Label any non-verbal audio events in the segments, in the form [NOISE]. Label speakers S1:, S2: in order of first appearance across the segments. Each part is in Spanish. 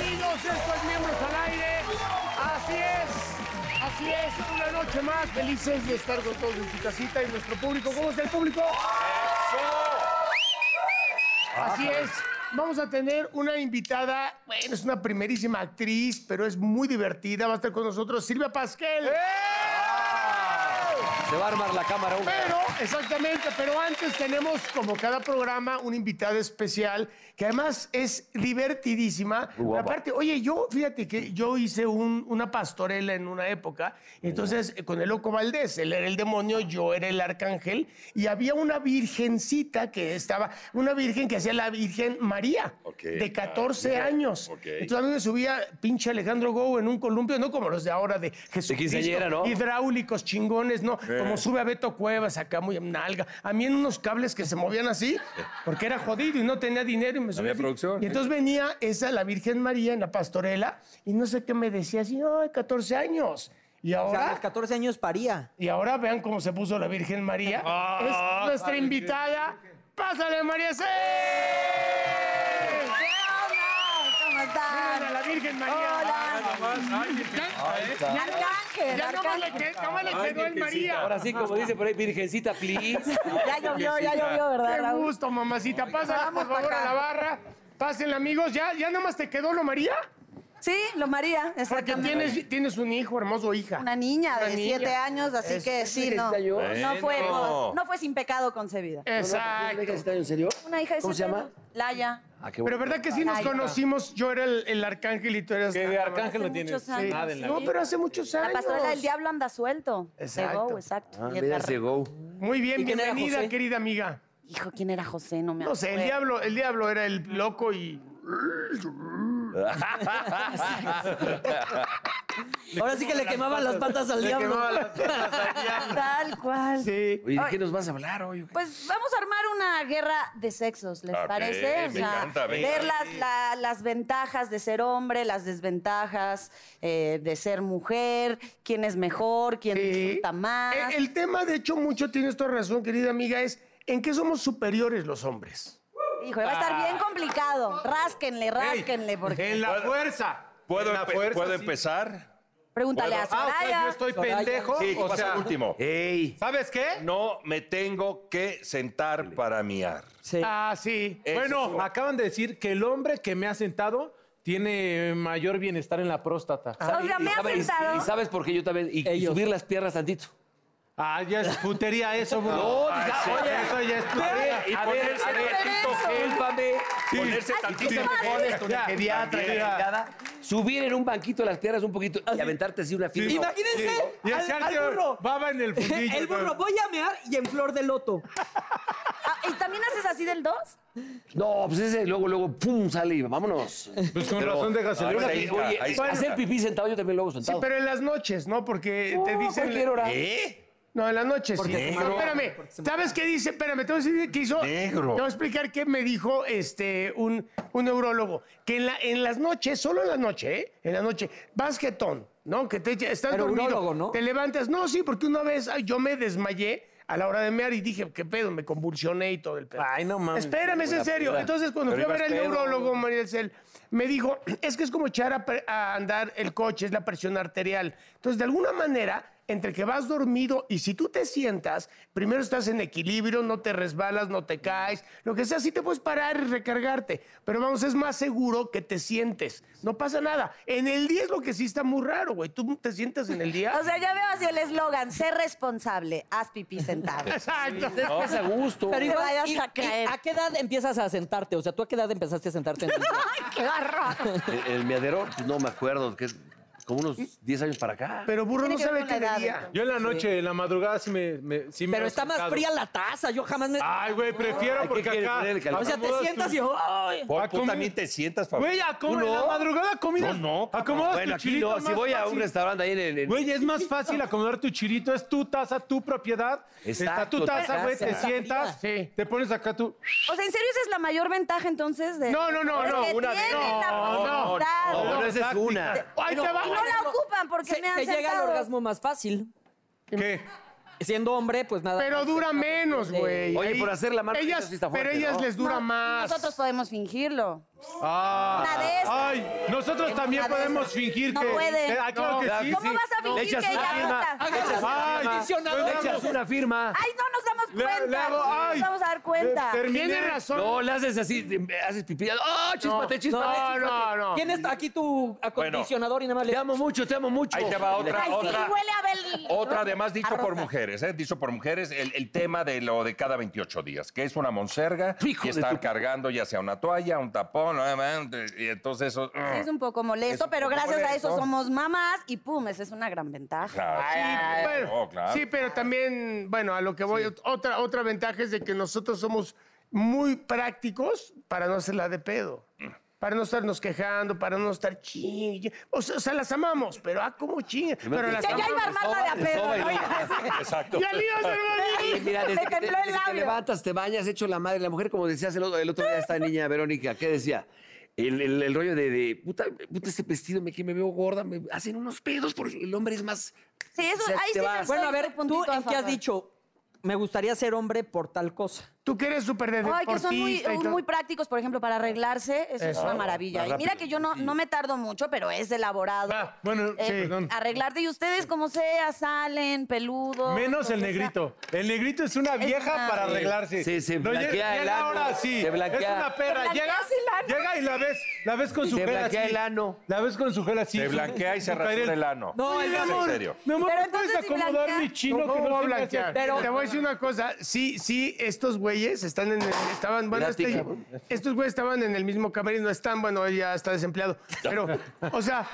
S1: estos miembros al aire. Así es, así es. Una noche más, felices de estar con todos en su casita y nuestro público. ¿Cómo está el público? Así
S2: [LAUGHS]
S1: es. Vamos a tener una invitada, bueno, es una primerísima actriz, pero es muy divertida. Va a estar con nosotros Silvia Pasquel.
S3: Se va a armar la cámara un
S1: Pero, exactamente, pero antes tenemos como cada programa un invitado especial que además es divertidísima. Pero
S3: guapa.
S1: aparte, oye, yo, fíjate que yo hice un- una pastorela en una época, y entonces eh, con el loco Valdés, él era el demonio, yo era el arcángel, y había una virgencita que estaba, una virgen que hacía la Virgen María,
S4: Ok.
S1: de 14 años.
S4: ok.
S1: Entonces a mí me subía pinche Alejandro Gou en un columpio, no como los de ahora de Jesús.
S3: quinceañera, ¿no?
S1: Hidráulicos, chingones, no. Como sube a Beto Cuevas acá muy en nalga. A mí en unos cables que se movían así, porque era jodido y no tenía dinero y me subía.
S4: había
S1: así.
S4: producción.
S1: Y entonces venía esa, la Virgen María en la pastorela, y no sé qué me decía así, ay, 14 años.
S2: O
S1: Y
S2: sea, a
S1: ahora,
S2: los 14 años paría.
S1: y ahora vean cómo se puso la Virgen María. es nuestra invitada. ¡Pásale, María C!
S5: ¿Qué onda? ¿Cómo
S1: Miren a
S5: están?
S1: la Virgen María. Ah,
S5: Hola.
S1: Ya- ya-
S5: Arcángel,
S1: Ya no me le
S5: Arcángel.
S1: qued- no me
S3: Ah,
S1: le quedó el María.
S3: Ahora sí, como dice por ahí, virgencita, please.
S5: [LAUGHS]
S3: [LAUGHS]
S5: Ya llovió, ya llovió, ¿verdad,
S1: Qué
S5: Raúl?
S1: gusto, mamacita. Pásala, por
S5: Vamos pa'
S1: favor, a
S5: acá.
S1: la barra. Pásenla, amigos. ¿Ya, ya nomás te quedó lo María?
S5: Sí, lo María,
S1: Porque
S5: exactamente.
S1: tienes, tienes un hijo, hermoso hija.
S5: Una niña
S1: Una
S5: de
S1: niña.
S5: 7 años, así
S1: Es-
S5: que sí, no. No fue,
S4: Bueno.
S5: no fue sin pecado concebida.
S1: Exacto.
S6: ¿En serio?
S5: Una hija de
S6: ¿Cómo se
S5: siete
S6: llama?
S5: años. Laya.
S3: Ah, qué
S1: Pero
S3: bueno.
S1: verdad que sí nos
S5: Ay, hija.
S1: conocimos. Yo era el, el arcángel y tú eras...
S3: Que de arcángel
S5: Hace
S3: no tiene
S5: muchos años,
S3: nada en la
S1: No,
S5: sí.
S1: pero hace muchos
S5: La
S1: años.
S5: pastorela del diablo anda suelto.
S1: Exacto.
S5: Llegó, exacto.
S6: Ah,
S5: Y el
S6: mira,
S5: perro.
S6: ese go.
S1: Muy bien,
S3: ¿Y quién era
S1: bienvenida,
S3: José?
S1: querida amiga.
S5: Hijo, ¿quién era José? No me
S1: No
S5: acuerdo.
S1: sé, el diablo, el diablo era el loco y...
S2: Ahora sí que le quemaban las patas al diablo.
S5: [LAUGHS] Tal cual.
S1: Sí.
S6: Oye, ¿de qué nos vas a hablar hoy?
S5: Pues vamos a armar una guerra de sexos, ¿les
S4: Ok,
S5: parece?
S4: me encanta, me
S5: ver
S4: encanta.
S5: las, la- las ventajas de ser hombre, las desventajas eh, de ser mujer, quién es mejor, quién
S1: Sí.
S5: disfruta más.
S1: El, el tema, de hecho, mucho tienes toda razón, querida amiga, es en qué somos superiores los hombres.
S5: Hijo, va a estar bien complicado. Rásquenle, rásquenle. Porque...
S7: En la fuerza.
S4: ¿Puedo,
S7: en la
S4: empe-
S7: fuerza,
S4: ¿puedo
S7: sí.
S4: empezar?
S5: Pregúntale
S4: Bueno,
S5: a
S7: Ah, o sea,
S5: Soraya.
S7: yo estoy
S2: Soraya.
S7: pendejo.
S4: Sí,
S7: o
S4: vas
S7: sea,
S4: al último.
S6: ¡Ey!
S7: ¿sabes qué?
S4: No me tengo que sentar para miar.
S2: Sí.
S1: Ah, sí.
S4: Eso
S7: Bueno,
S4: es-
S7: acaban de decir que el hombre que me ha sentado tiene mayor bienestar en la próstata.
S5: O sea, me ha
S3: ¿Sabes?
S5: sentado.
S3: Ah. Y sabes por qué yo también. Y, y
S2: Ellos.
S3: subir las piernas tantito.
S7: Ah, ya es putería eso, bro. No, Ah, eso ya es putería.
S3: y
S4: a ver, a ver,
S3: tantito,
S5: eso.
S3: cúlpame.
S4: ponerse tantito
S7: pones
S1: Ya, pediatra, ya.
S3: Subir en un banquito las piernas un poquito y aventarte así una firma.
S2: Imagínense
S7: Y
S2: al,
S7: ese
S2: al
S7: Arthur
S2: burro.
S7: baba en el fundillo.
S2: El burro, voy a mear y en flor de loto.
S5: Ah, ¿Y también haces así del 2?
S3: No, pues ese luego, luego, pum, sale y vámonos. ah,
S7: Pues con razón dejas el
S4: Ahí
S7: burro.
S4: está, ahí está,
S3: Oye,
S4: ahí está.
S3: hacer pipí sentado yo también
S7: [LAUGHS]
S3: luego
S1: Sí,
S3: sentado.
S1: pero en las noches, ¿no? Porque te
S3: No,
S1: dicen...
S3: cualquier hora.
S4: ¿Eh?
S1: No, en las noches sí.
S2: Porque se
S1: Pero
S2: marean,
S1: espérame,
S2: porque se
S1: ¿sabes qué dice? Espérame, te voy a decir qué hizo.
S4: Negro.
S1: Te voy a explicar qué me dijo este, un, un neurólogo. Que en, la- en las noches, solo en la noche, ¿eh? En la noche, vas jetón, ¿no? Que te echa- estás
S2: Pero
S1: dormido.
S2: urólogo, ¿no?
S1: Te levantas. No, sí, porque una vez ay, yo me desmayé a la hora de mear y dije, ¿qué pedo? Me convulsioné y todo el pedo.
S7: Ay, no mames.
S1: Espérame, es en serio. Entonces, cuando
S4: Pero
S1: fui a ver
S4: ibas
S1: al
S4: pedo.
S1: neurólogo, María del Cel, me dijo, es que es como echar a, pre- a andar el coche, es la presión arterial. Entonces, de alguna manera, entre que vas dormido y si tú te sientas, primero estás en equilibrio, no te resbalas, no te caes, lo que sea, sí te puedes parar y recargarte. Pero vamos, es más seguro que te sientes. No pasa nada. En el día es lo que sí está muy raro, güey. Tú te sientas en el día.
S5: [LAUGHS] O sea, ya veo así el eslogan, ser responsable, haz pipí sentado.
S1: Exacto.
S3: Es a gusto.
S2: Pero
S5: Te
S2: igual,
S5: vayas
S2: ¿y-
S5: a
S2: y
S5: caer.
S2: ¿A qué edad empiezas a sentarte? O sea, ¿tú a qué edad empezaste a sentarte? en
S5: [LAUGHS]
S2: el día?
S5: ¡Qué garra!
S3: El, el miadero, pues, no me acuerdo, que es como unos 10 años para acá.
S1: Pero burro
S5: Tiene
S1: no
S5: que ver
S1: sabe
S5: con la
S1: qué de
S5: edad,
S1: día.
S5: entonces.
S7: Yo en la noche, en la madrugada sí me, me- sí me
S2: Pero
S7: he
S2: está más
S7: sentado.
S2: fría la taza. Yo jamás me.
S7: Ay, güey, prefiero
S3: Ay, ¿qué
S7: porque
S3: quieres
S7: acá.
S3: poner el
S2: o
S3: calor?
S2: sea, te
S7: acomodas
S2: sientas
S7: tu-
S2: y. ¡Ay!
S4: Por-
S7: ¿cómo?
S4: tú también te sientas, Fabio.
S7: Güey, a comer en la
S3: no?
S7: madrugada comida.
S4: No, no,
S7: Acomodas
S3: bueno,
S7: tu
S3: aquí
S7: chilito.
S3: no. Si
S7: más
S3: voy a un
S7: fácil.
S3: restaurante ahí en el. en-
S7: Güey,
S3: [LAUGHS]
S7: es más fácil acomodar tu chirito, es tu taza, tu propiedad. está
S3: Exacto,
S7: tu taza,
S3: tu
S7: güey, te
S3: taza.
S7: sientas,
S1: Sí.
S7: te pones acá tu...
S5: O sea, ¿en serio esa es la mayor ventaja entonces? De...
S1: No, no, no,
S5: Es
S1: no,
S5: que
S3: una de-
S5: tienen la
S1: no, no,
S5: posibilidad.
S3: no, bueno, esa es
S7: táctica.
S3: una.
S1: Ahí te va.
S5: Y no la ocupan porque
S2: se
S5: me han
S2: se llega al
S5: sentado.
S2: orgasmo más fácil.
S7: ¿Qué?
S2: Siendo hombre, pues nada.
S1: Pero
S2: más que
S1: dura
S2: tratas de-
S1: menos, güey.
S3: Oye,
S1: Ahí-
S3: por hacer la marca,
S1: Ellas,
S3: eso sí está fuerte,
S1: pero ellas
S3: ¿no?
S1: les dura
S5: No,
S1: más.
S5: Nosotros podemos fingirlo.
S7: Ah.
S5: Una de esas.
S7: Ay, nosotros también
S5: Una de
S7: podemos
S5: esas.
S7: fingir
S5: No
S7: que.
S5: puede.
S7: Ah, claro
S3: No,
S7: que
S3: claro
S7: sí.
S3: que
S5: ¿Cómo
S3: sí.
S5: vas a
S3: No.
S5: fingir
S3: Echas
S5: que
S3: una
S5: ella
S3: firma,
S5: ruta?
S2: Háganlas
S7: Ay,
S2: un aficionado.
S7: no,
S3: Le echas una firma.
S5: Ay, no nos damos
S7: Le-
S5: cuenta.
S7: le hago,
S5: no
S7: ay.
S5: nos vamos a dar cuenta.
S7: Ter- terminé.
S1: Tiene razón.
S3: No, le haces así, te- haces pipí. ¡Ah, chispate, chispate!
S1: no, no, no.
S2: ¿Quién está aquí tu acondicionador y nada más
S3: Te
S2: le
S3: amo mucho, te amo mucho.
S4: Ahí te va otra,
S5: Ay, sí,
S4: otra.
S5: huele a Bel.
S4: Otra, además, dicho
S2: A
S4: por
S2: rosas.
S4: mujeres, ¿eh? Dicho por mujeres, el, el tema de lo de cada 28 días, que es una monserga
S3: Hijo
S4: y
S3: de
S4: estar
S3: tu-
S4: cargando ya sea una toalla, un tapón, ¿eh? y entonces eso...
S5: Sí, es un poco molesto,
S4: Es un
S5: pero
S4: poco
S5: gracias a
S4: molesto.
S5: eso somos mamás y pum, esa es una gran ventaja.
S4: Claro.
S1: Sí, pero,
S4: no, mm. Oh, claro.
S1: sí, pero también, bueno, a lo que voy, otra, otra ventaja es de que nosotros somos muy prácticos para no hacerla de pedo. Para no estarnos quejando, para no estar ching. O sea, o sea, las amamos, pero ah, cómo chingue. Pero
S5: Que
S1: las
S5: ya
S1: amamos.
S5: iba a armarla de a pedo, ¿no?
S4: Exacto.
S1: ¡Ya líos, hermano!
S3: Mira, desde,
S5: Me
S3: que te,
S5: tembló el
S3: desde que te
S5: labio.
S3: levantas, te bañas, hecho la madre. La mujer, como decías el otro, el otro día, esta niña Verónica, ¿qué decía? El, el- el rollo de, de, puta, puta, este vestido, me, que me veo gorda, me hacen unos pedos, porque el hombre es más...
S5: Sí, eso,
S3: O sea,
S5: ahí
S3: te
S5: sí
S3: vas.
S5: me
S2: Bueno, a
S5: doy
S2: ver,
S5: un
S2: ¿tú
S5: puntito a
S2: en qué has
S5: favor.
S2: dicho? Me gustaría ser hombre por tal cosa.
S1: Tú que eres súper de
S5: Ay, que son muy,
S1: deportista y todo.
S5: muy prácticos, por ejemplo, para arreglarse, eso, es una maravilla.
S3: más
S5: Y mira
S3: rápido,
S5: que yo no,
S3: sí.
S5: no me tardo mucho, pero es elaborado.
S7: Ah, bueno,
S5: Eh,
S7: sí, perdón.
S5: Arreglarte y ustedes, como sea, salen peludos.
S7: Menos
S5: lo
S7: el
S5: que sea.
S7: negrito. El negrito es una vieja
S5: una-
S7: para arreglarse.
S3: Sí, se
S7: lle-
S3: blanquea el
S7: llega ahora
S3: ano,
S7: sí.
S3: se blanquea.
S7: Es una perra.
S5: blanquea
S7: Llega,
S5: el ano.
S7: llega y la ves, la ves con su
S3: Se
S7: gel así.
S3: blanquea el ano.
S7: La ves con su gel así.
S4: Se blanquea y se
S7: Su carel.
S4: rasura el ano.
S2: No,
S4: es
S2: el
S4: en serio.
S7: Mi amor,
S5: Pero
S7: ¿me puedes
S5: entonces, si
S7: acomodar
S5: blanquea-
S7: mi chino
S1: ¿Cómo
S7: que
S1: va
S7: no
S1: a
S7: sé qué
S1: blanquear?
S7: hacer?
S2: Pero-
S1: Te voy a decir una cosa. Sí, sí, estos güeyes están en el, estaban, bueno,
S3: Gratis,
S1: este-
S3: cabrón.
S1: estos güeyes estaban en el mismo camerino. Están, bueno, él ya está desempleado. Pero, o sea,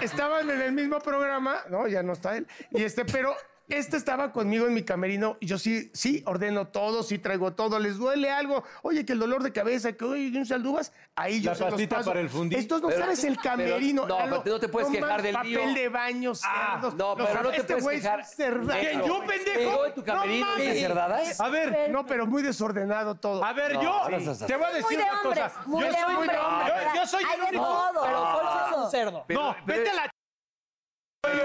S1: estaban en el mismo programa. No, ya no está él. Y este, pero este estaba conmigo en mi camerino. y Yo sí, sí, ordeno todo, sí traigo todo. Les duele algo. Oye, que el dolor de cabeza, que oye, un saldubas. Ahí yo
S7: La
S1: se los
S7: pastita
S1: paso.
S7: para el fundí.
S1: Estos no
S3: Pero-
S1: sabes el
S3: pero-
S1: camerino.
S3: no,
S1: Lalo,
S3: pero no te puedes quejar
S1: manches,
S3: del
S1: papel
S3: mío.
S1: de baño, cerdos.
S3: No,
S1: Los-
S3: pero no te
S1: este
S3: puedes
S1: güey es un
S3: quejar.
S1: cerda-
S3: de
S1: ¿Que
S3: eso.
S1: yo, pendejo?
S3: Llegó en tu
S1: No
S3: camerino y
S1: mames.
S3: te cerdadas?
S7: A ver,
S1: No, pero muy desordenado todo.
S7: a ver,
S3: No,
S7: yo
S3: sí.
S7: te voy a
S5: Muy
S7: decir
S5: de
S7: una
S5: hombres,
S7: cosa.
S5: muy
S7: yo
S5: de
S7: soy,
S5: hombres.
S7: yo- yo, soy el
S5: Hay de
S7: único.
S5: todo.
S2: Pero Paul sí es un cerdo.
S3: Pero-
S7: No,
S3: pero-
S7: vete a la Güey,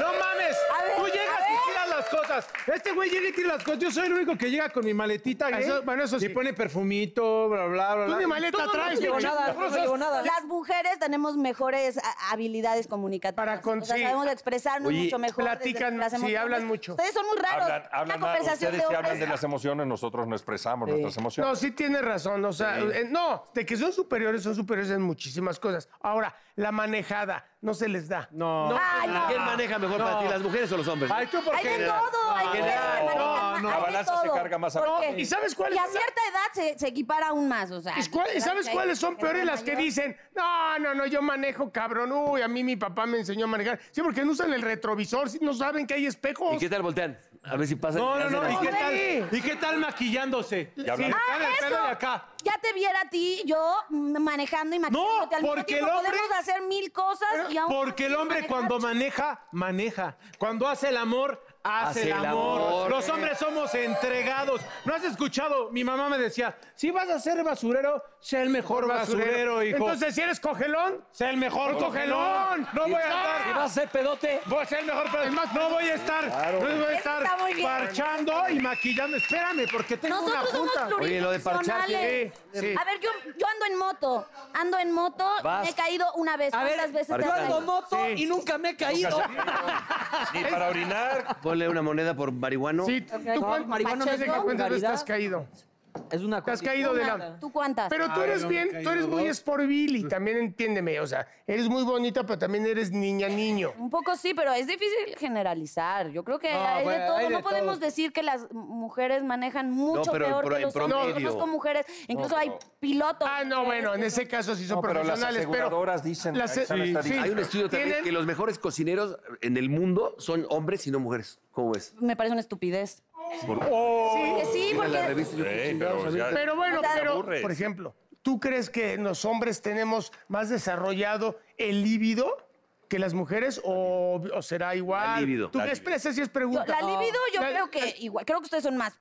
S7: no mames.
S5: A ver,
S7: Tú llegas
S5: a ver.
S7: y tiras las cosas. Este güey llega y tira las cosas. Yo soy el único que llega con mi maletita. gay,
S1: Eso- bueno, eso sí.
S7: Y pone perfumito, bla, bla, bla.
S1: Tú
S7: bla.
S1: ni maleta
S7: Todo lo
S1: traes,
S7: que
S1: güey.
S2: No
S7: llevas.
S2: nada, no llevo nada.
S5: Las mujeres tenemos mejores a- habilidades comunicativas.
S1: Para con-
S5: O sea,
S1: sí.
S5: sabemos expresarnos
S3: Oye,
S5: mucho mejor. desde
S1: platican,
S5: las
S1: sí,
S5: emociones.
S1: hablan mucho.
S5: Ustedes son muy raros.
S4: Hablan,
S5: Una
S4: hablan más,
S5: conversación
S4: ustedes sí
S5: de
S4: hablan de
S5: hombres.
S4: las emociones, nosotros no expresamos nuestras emociones.
S1: No, sí tienes razón. O sea, eh, no, de que son superiores, son superiores en muchísimas cosas. Ahora, la manejada no se les da.
S7: No.
S5: Ay, no.
S3: ¿Quién maneja mejor para ti, las mujeres o los hombres?
S7: Ay, tú
S5: Hay
S7: porque.
S5: de todo, hay mujeres que
S3: no,
S5: manejan
S7: no.
S5: más, hay de
S4: Abalanza se
S5: todo.
S4: carga más a-
S5: ¿Por
S1: No,
S5: qué?
S1: ¿y sabes cuál
S5: Y
S1: es
S5: a
S1: la-
S5: cierta edad se, se equipara aún más, o sea.
S1: ¿Y Pues, cuál-
S5: claro
S1: ¿Sabes
S5: que hay
S1: cuáles son
S5: gente
S1: peores las que
S5: mayor.
S1: dicen? No, no, no, yo manejo, cabrón. Uy, a mí mi papá me enseñó a manejar. Sí, porque no usan el retrovisor, sí, no saben que hay espejos.
S3: ¿Y qué tal voltean? A ver si pasa.
S7: No, no, no. ¿Y
S1: No,
S7: qué
S1: güey.
S7: tal, ¿y qué tal maquillándose?
S4: Ya hablamos.
S7: Acá del
S5: eso.
S7: pelo y acá.
S5: Ya te viera a ti, yo mm, manejando y maquillándote al mismo
S7: porque
S5: tiempo.
S7: el hombre-
S5: Podemos hacer mil cosas y aún
S7: Porque el
S5: así
S7: hombre
S5: manejar.
S7: cuando maneja, maneja. Cuando hace el amor, hace, el amor. Los hombres somos entregados. ¿No has escuchado? Mi mamá me decía, si vas a ser basurero, sé el mejor basurero, hijo.
S1: Entonces, si eres cogelón,
S7: sé el mejor cogelón. No voy
S2: ¿Y
S7: a estar...
S2: vas a ser pedote?
S7: Voy a ser el mejor, pero no voy a estar, no voy a
S5: Eso
S7: estar
S5: está muy bien.
S7: parchando y maquillando. Espérame, porque tengo
S5: Nosotros
S7: una
S5: somos
S7: junta.
S3: Oye, lo de parchar,
S5: pluriprofesionales.
S1: sí, sí.
S5: A ver, yo, yo ando en moto. Ando en moto,
S3: Vas.
S5: me he caído una vez.
S2: A
S5: ¿Cuántas
S2: ver,
S5: veces te
S2: yo
S5: has
S2: ando
S5: caído?
S2: moto
S1: Sí.
S2: y nunca me he caído.
S4: Ni para orinar.
S3: Ponle una moneda por marihuano.
S1: sí, tú cuántas
S2: marihuana no es
S1: veces que
S2: legal,
S1: cuentas veces te has
S2: vulgaridad.
S1: caído.
S2: Es una
S1: Te has caído de la...
S5: ¿Tú cuántas?
S1: Pero tú
S7: Ay,
S1: eres
S7: no, me he
S1: bien, tú
S7: caído
S1: eres muy
S7: dos.
S1: sportbilly, también entiéndeme, o sea, eres muy bonita, pero también eres niña niño.
S5: Un poco sí, pero es difícil generalizar. Yo creo que hay
S1: pues,
S7: bueno,
S5: de todo.
S7: hay de
S5: no podemos
S7: todo.
S5: decir que las mujeres manejan mucho
S3: pero en
S5: peor
S3: pro-
S5: que
S3: en
S5: los hombres.
S3: promedio.
S5: Yo conozco mujeres, incluso hay pilotos. este,
S1: Ah, no, bueno, en ese caso sí son
S4: No, pero las
S1: profesionales, pero
S4: aseguradoras dicen,
S1: las-
S4: ahí están
S1: sí,
S4: las
S1: sí.
S3: Hay un estudio también
S1: Tienen-
S3: que los mejores cocineros en el mundo son hombres y no mujeres. ¿Cómo es?
S5: Me parece una estupidez. Que sí,
S3: Mira la
S5: porque...
S3: revista, yo, qué
S4: Ey,
S3: chingados,
S4: pero
S3: a ver.
S4: ya-
S1: Pero bueno,
S5: O sea,
S1: pero,
S4: aburres.
S1: por ejemplo, ¿tú crees que los hombres tenemos más desarrollado el líbido que las mujeres o, o será igual?
S3: La libido.
S1: ¿Tú
S3: La
S1: qué
S3: libido.
S1: expresas si es pregunta?
S5: La libido yo
S1: La-
S5: creo que igual. Creo que ustedes son más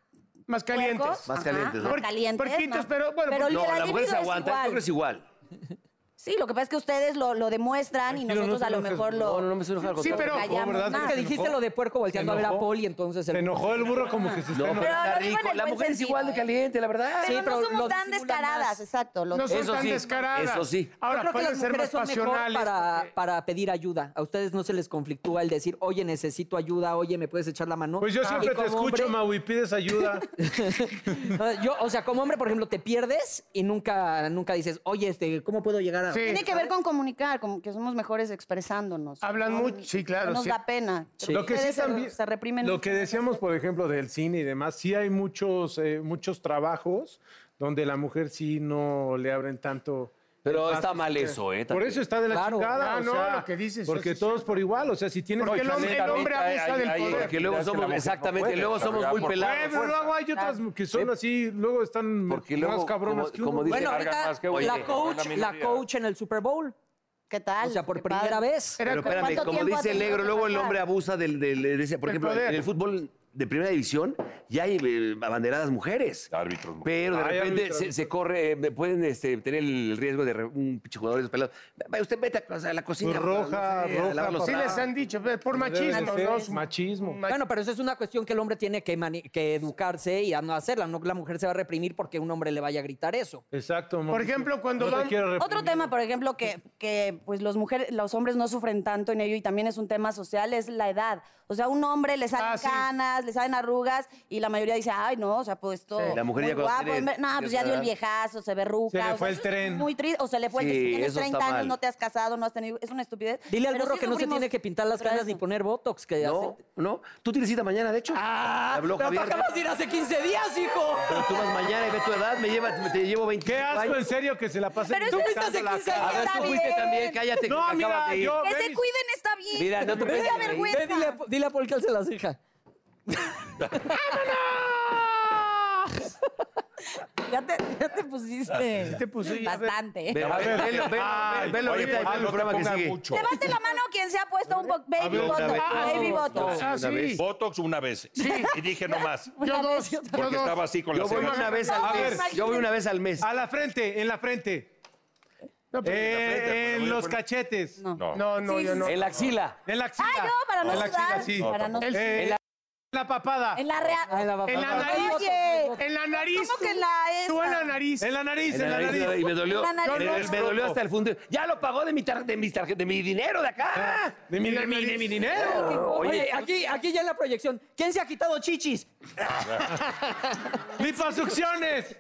S1: Más calientes.
S5: puercos,
S3: Más
S5: ajá,
S3: calientes, ¿no?
S5: Más calientes.
S1: Porquitos,
S5: más-
S1: pero bueno,
S5: pero
S1: porque-
S3: No,
S5: la
S3: la mujer
S5: libido
S3: se
S5: es
S3: aguanta, el
S5: igual.
S3: hombre es igual.
S5: Sí, lo que pasa es que ustedes lo, lo demuestran y
S7: Tranquilo, no
S5: nosotros
S7: te
S5: a lo
S7: enojes.
S5: mejor lo...
S3: No, no, no me estoy enojado.
S1: Sí, pero-
S5: callamos
S7: ¿verdad?
S5: más.
S7: Es
S2: Es que dijiste lo de puerco volteando a ver a
S7: enojó?
S2: Poli, entonces
S7: Se
S2: el...
S7: enojó el burro como que se está
S3: No, pero
S7: enojando.
S5: no
S3: está
S5: digo en
S3: rico.
S5: el
S3: La
S5: buen
S3: mujer Ah, es
S5: sentido,
S3: igual de
S5: ¿eh?
S3: caliente, la verdad.
S5: Pero
S2: Sí, pero
S5: no
S2: lo
S5: somos tan
S2: disimulan
S5: descaradas,
S2: más.
S5: exacto. lo-
S1: No son
S3: Eso
S1: tan
S3: sí,
S1: descaradas.
S3: eso sí.
S2: Yo
S1: Ahora,
S2: creo que
S1: pueden
S2: las
S1: ser más
S2: mujeres son mejor
S1: pasionales.
S2: para, para pedir ayuda. A ustedes no se les conflictúa el decir, oye, necesito ayuda, oye, ¿me puedes echar la mano? Ah.
S7: Pues yo
S5: Ah.
S2: Y
S7: siempre te
S2: como
S7: escucho,
S2: hombre-
S7: Mau, y pides
S5: [LAUGHS]
S7: ayuda.
S2: No, Yo, o sea, como hombre, por ejemplo, te pierdes y nunca, nunca dices, oye, este, ¿cómo puedo llegar a...?
S1: Sí.
S5: Tiene que ver con comunicar, como que somos mejores expresándonos.
S1: Hablan
S5: No-
S1: mucho, sí, claro,
S5: no Nos
S1: sí.
S5: da pena.
S2: Sí.
S7: Lo que sí
S5: Ustedes se-
S7: también-
S5: Se reprimen.
S7: Lo
S5: mucho.
S7: que decíamos, por ejemplo, del cine y demás, sí hay muchos, eh, muchos trabajos donde la mujer sí no le abren tanto.
S3: Pero
S7: el
S3: está
S7: paso.
S3: mal eso, ¿eh?
S7: Por
S3: También.
S7: eso está de la
S2: Claro.
S7: chingada.
S1: Ah,
S7: o
S1: no,
S7: sea,
S1: lo que dices,
S7: Porque
S1: eso sí.
S7: todos por igual, o sea, si tienes
S1: Porque el
S7: mucha
S1: hombre,
S7: neta,
S1: el hombre
S4: Ahorita
S1: abusa
S4: hay-
S1: del
S4: hay-
S1: poder.
S3: Porque luego
S4: Es que la
S3: somos,
S4: mujer no
S3: exactamente,
S4: puede,
S3: luego
S4: la
S3: somos
S4: verdad,
S3: muy
S4: por-
S3: pelados.
S7: Bueno, luego hay otras que son así, luego están
S3: Porque
S7: más
S3: luego,
S7: cabronas
S3: como-
S7: que uno.
S3: como dice-
S2: Bueno,
S4: Cargan
S2: ahorita
S4: más que uno.
S2: la
S3: Oye,
S2: coach,
S4: es la
S2: la
S4: minoría.
S2: coach en el Super Bowl.
S5: ¿Qué tal?
S2: O sea, por
S5: Qué padre.
S2: primera vez.
S1: Era
S3: Pero
S1: como-
S3: espérame,
S5: ¿Cuánto
S3: como
S5: tiempo
S3: dice
S5: ha
S3: el
S5: tenido
S3: negro,
S5: que
S3: luego el
S5: pasar?
S3: hombre abusa del, del- de ese- por
S1: Del
S3: ejemplo,
S1: poder.
S3: en el fútbol de primera división ya hay eh, abanderadas mujeres.
S4: Árbitros.
S3: Pero de
S7: Hay
S3: repente
S7: árbitros.
S3: se, se corre, eh, pueden este, tener el riesgo de re- un pinche jugador de los pelados. Vaya, Usted vete a, a la cocina.
S7: Pues roja,
S3: no sé, a
S7: roja,
S3: lavar los
S1: Sí
S3: platos.
S1: les han dicho, pero por
S7: Como debe de
S1: machismo,
S7: ser,
S1: ¿no?
S7: Machismo.
S1: Machi-
S2: Bueno, pero eso es una cuestión que el hombre tiene que, mani- que educarse y a no hacerla. No que la mujer se va a reprimir porque un hombre le vaya a gritar eso.
S7: Exacto.
S1: Por
S7: Mauricio.
S1: ejemplo, cuando
S7: No te
S1: van-
S7: quiero
S5: Otro
S7: reprimir.
S5: tema, por ejemplo, que, que, pues los mujeres, los hombres no sufren tanto en ello y también es un tema social, es la edad. O sea, un hombre le salen
S1: Ah, sí.
S5: canas, le salen arrugas y la mayoría dice, ay, no, o sea, pues esto.
S3: Sí, la mujer
S5: muy
S3: ya cuando
S5: guapo,
S3: tiene
S5: en ver- no, pues ya
S3: cierta
S5: dio el
S3: edad.
S5: viejazo, se ve ruca.
S7: Se le
S5: o sea,
S7: fue el
S5: eso es
S7: tren.
S5: Muy triste, o se le fue
S3: Sí,
S5: el tren. Tienes
S3: eso está
S5: 30 años,
S3: mal.
S5: no te has casado, no has tenido. Es una estupidez.
S2: Dile al
S5: pero
S2: burro
S5: sí
S2: que no se
S5: sufrimos
S2: tiene que pintar las
S5: contra
S2: canas
S5: eso.
S2: ni poner botox. Que
S3: No,
S2: hace-
S3: no. Tú tienes cita mañana, de hecho. Ah, habló
S2: Pero tú
S3: Javier.
S2: acabas de ir hace 15 días, hijo.
S3: Pero tú vas mañana y ve tu edad, me lleva, te llevo 20
S7: Qué asco, en serio, que se la pasen.
S5: Pero eso
S7: pintando
S2: está hace
S7: la
S2: 15
S7: cara.
S3: A ver,
S5: Está
S3: tú fuiste
S5: bien.
S3: también, cállate.
S7: No,
S3: acabas
S7: mira,
S3: de ir.
S7: yo-
S5: Que se
S7: Ven.
S5: cuiden, está bien.
S3: Mira, no te
S5: Pero
S3: puedes
S5: esa
S3: reír.
S5: vergüenza.
S2: Ve, dile, a- dile a Paul que alce las ceja.
S5: [LAUGHS] Ya te, ya te pusiste.
S1: te
S2: [LAUGHS]
S1: puse-
S5: Bastante.
S3: Ve-
S7: A ver.
S3: Velo, velo,
S7: Ay,
S3: velo
S4: Oye,
S3: ahorita
S4: Paul,
S3: en el
S4: no te
S3: programa que
S4: pongas
S3: sigue.
S4: mucho.
S5: Levante la mano quien se ha puesto un bo- baby
S7: ver, una
S5: bottle.
S7: vez.
S5: Baby bottle.
S1: Ah,
S3: Una
S1: sí.
S3: vez.
S4: Botox una vez. Y dije no más.
S1: Yo dos, yo
S4: Porque
S1: dos.
S4: estaba así con
S3: Yo
S4: la
S3: voy
S4: ceja.
S3: una vez
S5: No,
S3: al
S7: ver.
S3: mes. Yo voy una vez al mes.
S7: A la frente, en la frente.
S1: No, pero-
S7: Eh,
S4: frente, pues, la voy
S7: en
S4: a
S7: los
S4: poner-
S7: cachetes.
S5: No.
S4: No.
S1: No, no, yo no.
S3: En la axila.
S7: En la axila.
S5: Ay, Ah, no, para no
S7: En la axila,
S5: sudar.
S7: sí.
S4: No,
S5: Para no
S1: Él-
S5: sudar.
S7: Eh, en la- en la papada.
S5: En la real.
S1: En la nariz.
S5: Oye.
S1: En la nariz.
S5: ¿Cómo que en la
S1: Tú en
S5: esa?
S1: la nariz.
S7: En la nariz, en la
S3: Y
S7: nariz.
S3: me dolió.
S5: En la nariz.
S3: en el- Me dolió hasta el fondo. Ya lo pagó de mi tar- de mis tarje- de mi dinero de
S4: Ah,
S3: acá.
S7: De mi, de mi- de mi dinero.
S2: Oye, aquí, aquí ya en la proyección. ¿Quién se ha quitado chichis?
S7: Liposucciones.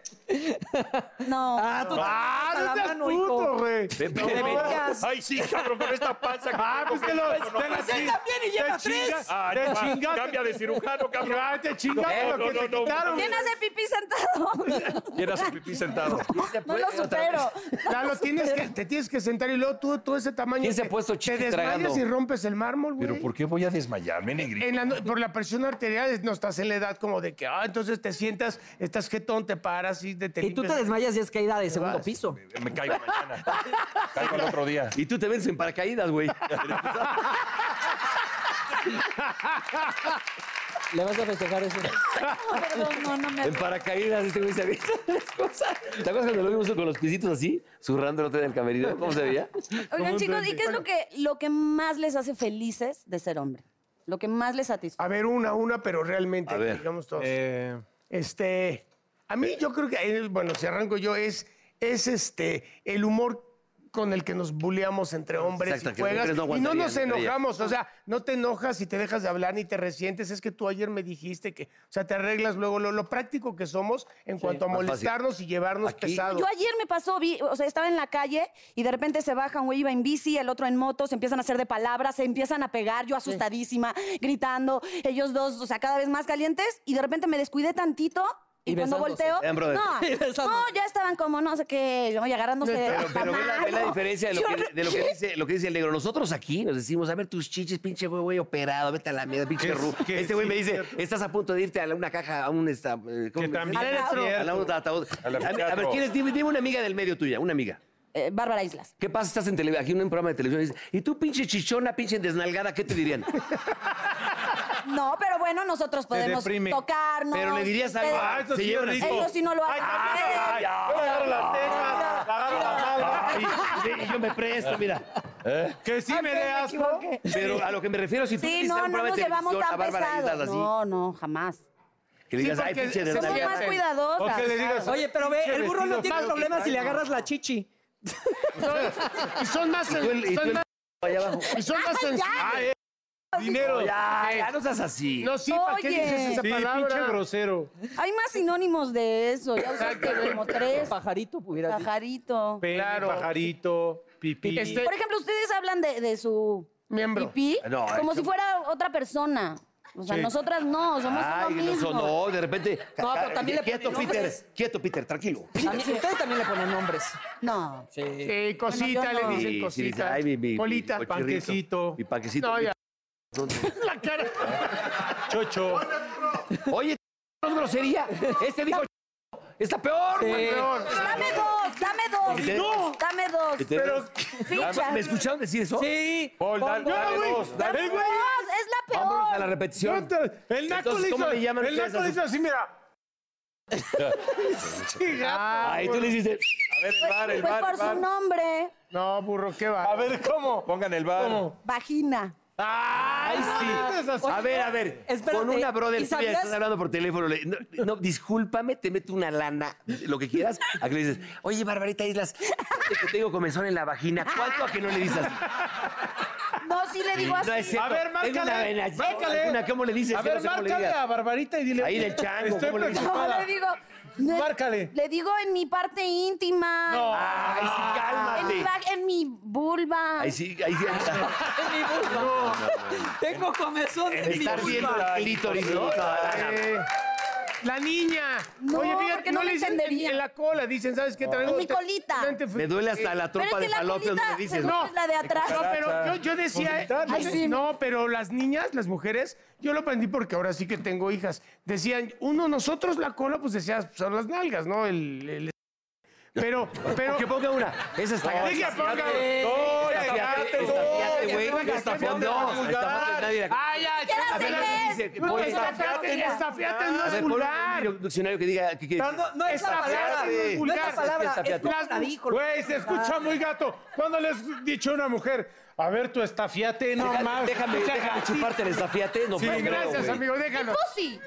S5: No.
S2: Ah, tú
S7: Ah,
S2: también,
S7: no
S2: a la
S7: seas
S2: mano, hijo.
S7: puto, güey.
S2: No deberías.
S4: Ay, sí, cabrón, con esta panza. que
S7: Ah,
S4: tengo,
S7: pues que lo.
S4: no, no,
S7: te la
S4: no,
S2: Pues él
S7: chin-
S2: también y lleva
S7: te
S2: tres.
S7: chingas-
S4: Ah,
S7: te
S4: no, va,
S7: chingas-
S4: cambia de cirujano, cabrón.
S7: Ah, te chingas lo
S4: No,
S7: que
S4: no,
S7: te
S4: no, no.
S7: quitaron.
S5: ¿Quién hace pipí sentado?
S4: ¿Quién hace pipí sentado?
S5: No lo [LAUGHS] supero.
S1: Ya lo tienes que, te tienes que sentar y luego tú, todo ese tamaño.
S3: ¿Quién se
S1: te-
S3: ha puesto
S1: Te
S3: chichis
S1: desmayas
S3: tragando?
S1: y rompes el mármol, güey.
S4: Pero ¿por qué voy a desmayarme, negrito?
S1: En la no- por la presión arterial no estás en la edad como de que, ah, entonces te sientas, estás jetón, te paras y te, te
S2: Y tú te
S1: limpias.
S2: desmayas y es caída de segundo piso.
S4: Me caigo mañana. Caigo el otro día.
S3: Y tú te vences en paracaídas, güey.
S2: Le vas a festejar eso.
S5: Perdón, no, no me
S3: [LAUGHS] En paracaídas, este güey se avisa [LAUGHS] las cosas. ¿Te acuerdas cuando lo vimos con los pisitos así? Zurrando el otro día del camerino. ¿Cómo se veía?
S5: Oigan, chicos, ¿y qué es lo que, lo que más les hace felices de ser hombre? Lo que más les satisface.
S1: A ver, una, una, pero realmente,
S3: A ver.
S1: digamos todos.
S7: Eh,
S1: Este, a mí yo creo que, eh, bueno, si arranco yo, es, es este, el humor con el que nos buleamos entre hombres
S3: Exacto,
S1: y
S3: que las
S1: juegas.
S3: mujeres no
S1: y no
S3: aguantarían
S1: nos
S3: entre ellas.
S1: enojamos, o sea, no te enojas y te dejas de hablar ni te resientes. Es que tú ayer me dijiste que, o sea, te arreglas luego lo, lo práctico que somos en cuanto a
S3: más fácil.
S1: molestarnos y llevarnos
S3: Aquí-
S1: pesado.
S5: Yo ayer me pasó, vi, o sea, estaba en la calle y de repente se baja un güey, iba en bici, el otro en moto, se empiezan a hacer de palabras, se empiezan a pegar, yo asustadísima, gritando, ellos dos, o sea, cada vez más calientes, y de repente me descuidé tantito. Y,
S2: Y
S5: cuando
S2: besándose.
S5: volteo,
S3: Eran
S5: no,
S3: brothers.
S2: Y besándose.
S5: no, ya estaban como no sé qué, ¿no? y agarrándose de
S3: Pero,
S5: la
S3: pero ve, la, ve la
S5: mano.
S3: diferencia de lo,
S5: Yo
S3: que,
S5: no-
S3: de lo que dice, lo que dice el negro. Nosotros aquí nos decimos, a ver tus chiches, pinche güey, güey operado, vete a la mierda, pinche
S7: Es
S3: ru.
S7: que
S3: Este güey
S7: sí,
S3: me dice,
S7: cierto.
S3: estás a punto de irte a la- una caja, a un... esta- eh, ¿cómo
S7: que
S3: me-
S7: también
S5: Al
S7: es
S5: lado.
S3: A la-
S7: cierto.
S3: un ataúd.
S4: A la-
S3: A ver, a ver, ¿quién es? Dime, dime una amiga del medio tuya, una amiga.
S5: Eh, Bárbara Islas.
S3: ¿Qué pasa? Estás en tele, aquí en un programa de televisión y dices, y tú pinche chichona, pinche desnalgada, ¿qué te dirían?
S5: No, pero bueno, nosotros podemos
S7: deprime.
S5: tocarnos.
S3: Pero le dirías algo.
S5: ustedes-
S7: Ah, eso
S3: Se
S7: sí,
S3: llevan
S7: rico.
S5: Eso sí no lo hacen.
S7: Ay, ay, ay, ay. Yo le agarro las tetas, le agarro la falda.
S6: Y, y yo me presto, mira.
S7: Que sí me
S5: Ok,
S7: dé
S5: me
S7: asco.
S5: equivoqué.
S6: Pero a lo que me refiero, si tú
S5: Sí,
S6: dices
S5: no, no nos llevamos
S6: a
S5: tan
S6: Bárbara Islas
S5: pesados.
S6: así,
S5: No, no, jamás.
S6: que le digas,
S1: Sí,
S6: ay,
S1: porque se
S6: pinche
S5: Somos
S1: siente.
S6: desgraciada.
S5: más cuidadosas.
S7: O que le
S5: claro.
S7: digas.
S2: Oye, pero ve,
S7: "Pinche
S2: el burro no
S7: vestido
S2: tiene
S7: feo que
S2: problema si le
S7: traigo".
S2: agarras la chichi.
S1: Y son más.
S6: Y tú el- y tú
S1: son
S6: el-
S1: más-
S6: Allá abajo.
S1: y son más sensibles.
S7: Ay, eh, Dinero.
S6: Ya, ya no seas así.
S1: No, sí, ¿para qué
S5: Oye.
S1: dices esa
S7: Sí,
S1: palabra?
S7: pinche grosero.
S5: Hay más sinónimos de eso. Ya usaste como tres.
S2: Pajarito pudiera decir.
S5: Pajarito.
S7: Pene,
S1: Claro.
S7: pajarito, pipí.
S1: Este-
S5: Por ejemplo, ustedes hablan de, de su
S1: Miembro.
S5: pipí
S6: Ah, No,
S5: como
S6: eso-
S5: si fuera otra persona. O sea,
S7: Sí.
S5: nosotras [LAUGHS] no, somos
S6: Ay,
S5: lo
S6: no,
S5: mismo.
S6: no, de repente.
S2: No, pero también le
S6: quieto,
S2: ponen
S6: Peter.
S2: nombres.
S6: Quieto, Peter, tranquilo.
S2: También- ustedes también le ponen nombres.
S5: No.
S2: Sí.
S1: Eh, cosita,
S5: Bueno, yo
S1: le
S5: no.
S6: Sí,
S1: dicen
S6: sí, dice,
S1: cosita.
S6: ay, mi, mi, mi
S1: Polita.
S6: cochirrito,
S7: Panquecito.
S6: Mi panquecito.
S1: No, ya.
S6: ¿Dónde?
S1: La cara.
S7: Chocho.
S6: Oye, no es grosería. Este dijo, está peor, güey.
S1: Peor.
S5: Dame dos, dame dos.
S6: te- No.
S5: Dame dos.
S6: Y te-
S5: Ficha.
S6: ¿Me escucharon decir eso?
S2: Sí.
S4: Paul, dale,
S2: Pongo-
S4: dale
S7: güey.
S4: dos.
S5: Dame
S7: Eh,
S5: dos,
S7: güey.
S5: es la peor.
S6: Vámonos a la repetición.
S7: El naco le
S6: Entonces, ¿cómo
S7: hizo,
S6: le llaman
S7: el
S6: ustedes
S7: naco
S6: a
S7: le
S6: sus-
S7: hizo así, mira. sí, gato.
S6: Ahí tú le dices,
S4: A ver, el bar, el
S5: pues
S4: bar,
S5: por
S4: el bar.
S5: su nombre,
S1: No, burro, qué va.
S7: A ver, ¿cómo?
S4: Pongan el bar.
S7: ¿Cómo?
S5: vagina.
S7: Ay, sí.
S6: Ah, a ver, a ver,
S2: Espérate,
S6: con una brother
S2: ¿y
S6: tuya que
S2: sabías-
S6: estás hablando por teléfono, le- no, no, discúlpame, te meto una lana, lo que quieras, a que le dices, oye, Barbarita Islas, fíjate que tengo comezón en la vagina, ¿cuánto a que no le dices [LAUGHS] así?
S5: No, sí le digo así.
S6: No es cierto.
S7: A ver,
S6: Tengo una
S7: márcale,
S6: vena, sí,
S7: márcale.
S6: alguna, ¿Cómo le dices?
S7: A
S6: Que no
S7: ver,
S6: sé cómo le
S7: márcale
S6: digas.
S7: a Barbarita y dile.
S6: Ahí en el chango,
S7: Estoy
S6: ¿cómo le dices?
S5: No,
S7: preocupada.
S5: le digo. no,
S7: Márcale.
S5: Le digo en mi parte íntima.
S6: Ay,
S2: Ah.
S6: sí,
S5: En mi,
S6: cálmate.
S5: va- en mi vulva.
S6: Ahí sí, ahí
S3: [LAUGHS]
S6: sí.
S2: En mi vulva. Tengo comezón en mi
S6: Estar viendo
S2: vulva.
S6: el clítoris, ¿no?
S1: Eh, la niña.
S5: No,
S1: Oye, fíjate,
S5: porque
S1: no,
S5: no
S1: le
S5: me
S1: dicen en,
S5: entendería.
S1: en la cola, dicen, ¿sabes qué? Traigo
S5: En mi
S1: un te-
S5: colita.
S1: un ente-
S6: Me duele hasta la
S5: pero es
S6: trompa
S5: que
S6: de
S5: la
S6: falopio,
S5: colita
S6: me dices.
S5: seguro
S1: No.
S5: es la de atrás.
S1: No, pero yo, yo decía,
S7: Vomitar,
S1: yo
S5: Ay,
S1: de-
S5: sí.
S1: no, pero las niñas, las mujeres, yo lo aprendí porque ahora sí que tengo hijas. Decían, uno, nosotros la cola, pues decías, son las nalgas, ¿no? El, el- pero, pero.
S6: Que ponga una. Esa está
S1: Deje que ponga-
S7: No, ya, ya,
S6: Estafiate,
S7: te
S6: estafiate,
S7: doy.
S6: güey.
S1: no, que
S6: Estafiate,
S1: no,
S6: no.
S7: vulgar.
S6: Estafiate, nadie la... Pues
S1: Ay, ay,
S5: Quiero
S6: A ver, ¿qué
S5: hacer
S6: dice?
S5: ver.
S6: Voy a
S1: Estafete, estafete no
S6: Ah, A
S1: es
S6: ver, pon
S1: vulgar.
S6: un diccionario que diga... que- que-
S2: No, no, no es la
S1: Estafiate,
S2: palabra.
S1: no es
S2: No es
S1: vulgar.
S2: la palabra. Es
S6: Estafiate.
S2: como la dijo.
S7: Güey, se escucha muy gato. ¿Cuándo le has dicho a una mujer? A ver, tu estafiate, no mames.
S6: Déjame,
S7: Mucha
S6: déjame
S7: gatita.
S6: chuparte el estafiate. No,
S7: Sí,
S6: puedo,
S1: Gracias,
S6: güey.
S1: Pues, amigo, déjalo. Ah,
S5: Pussy.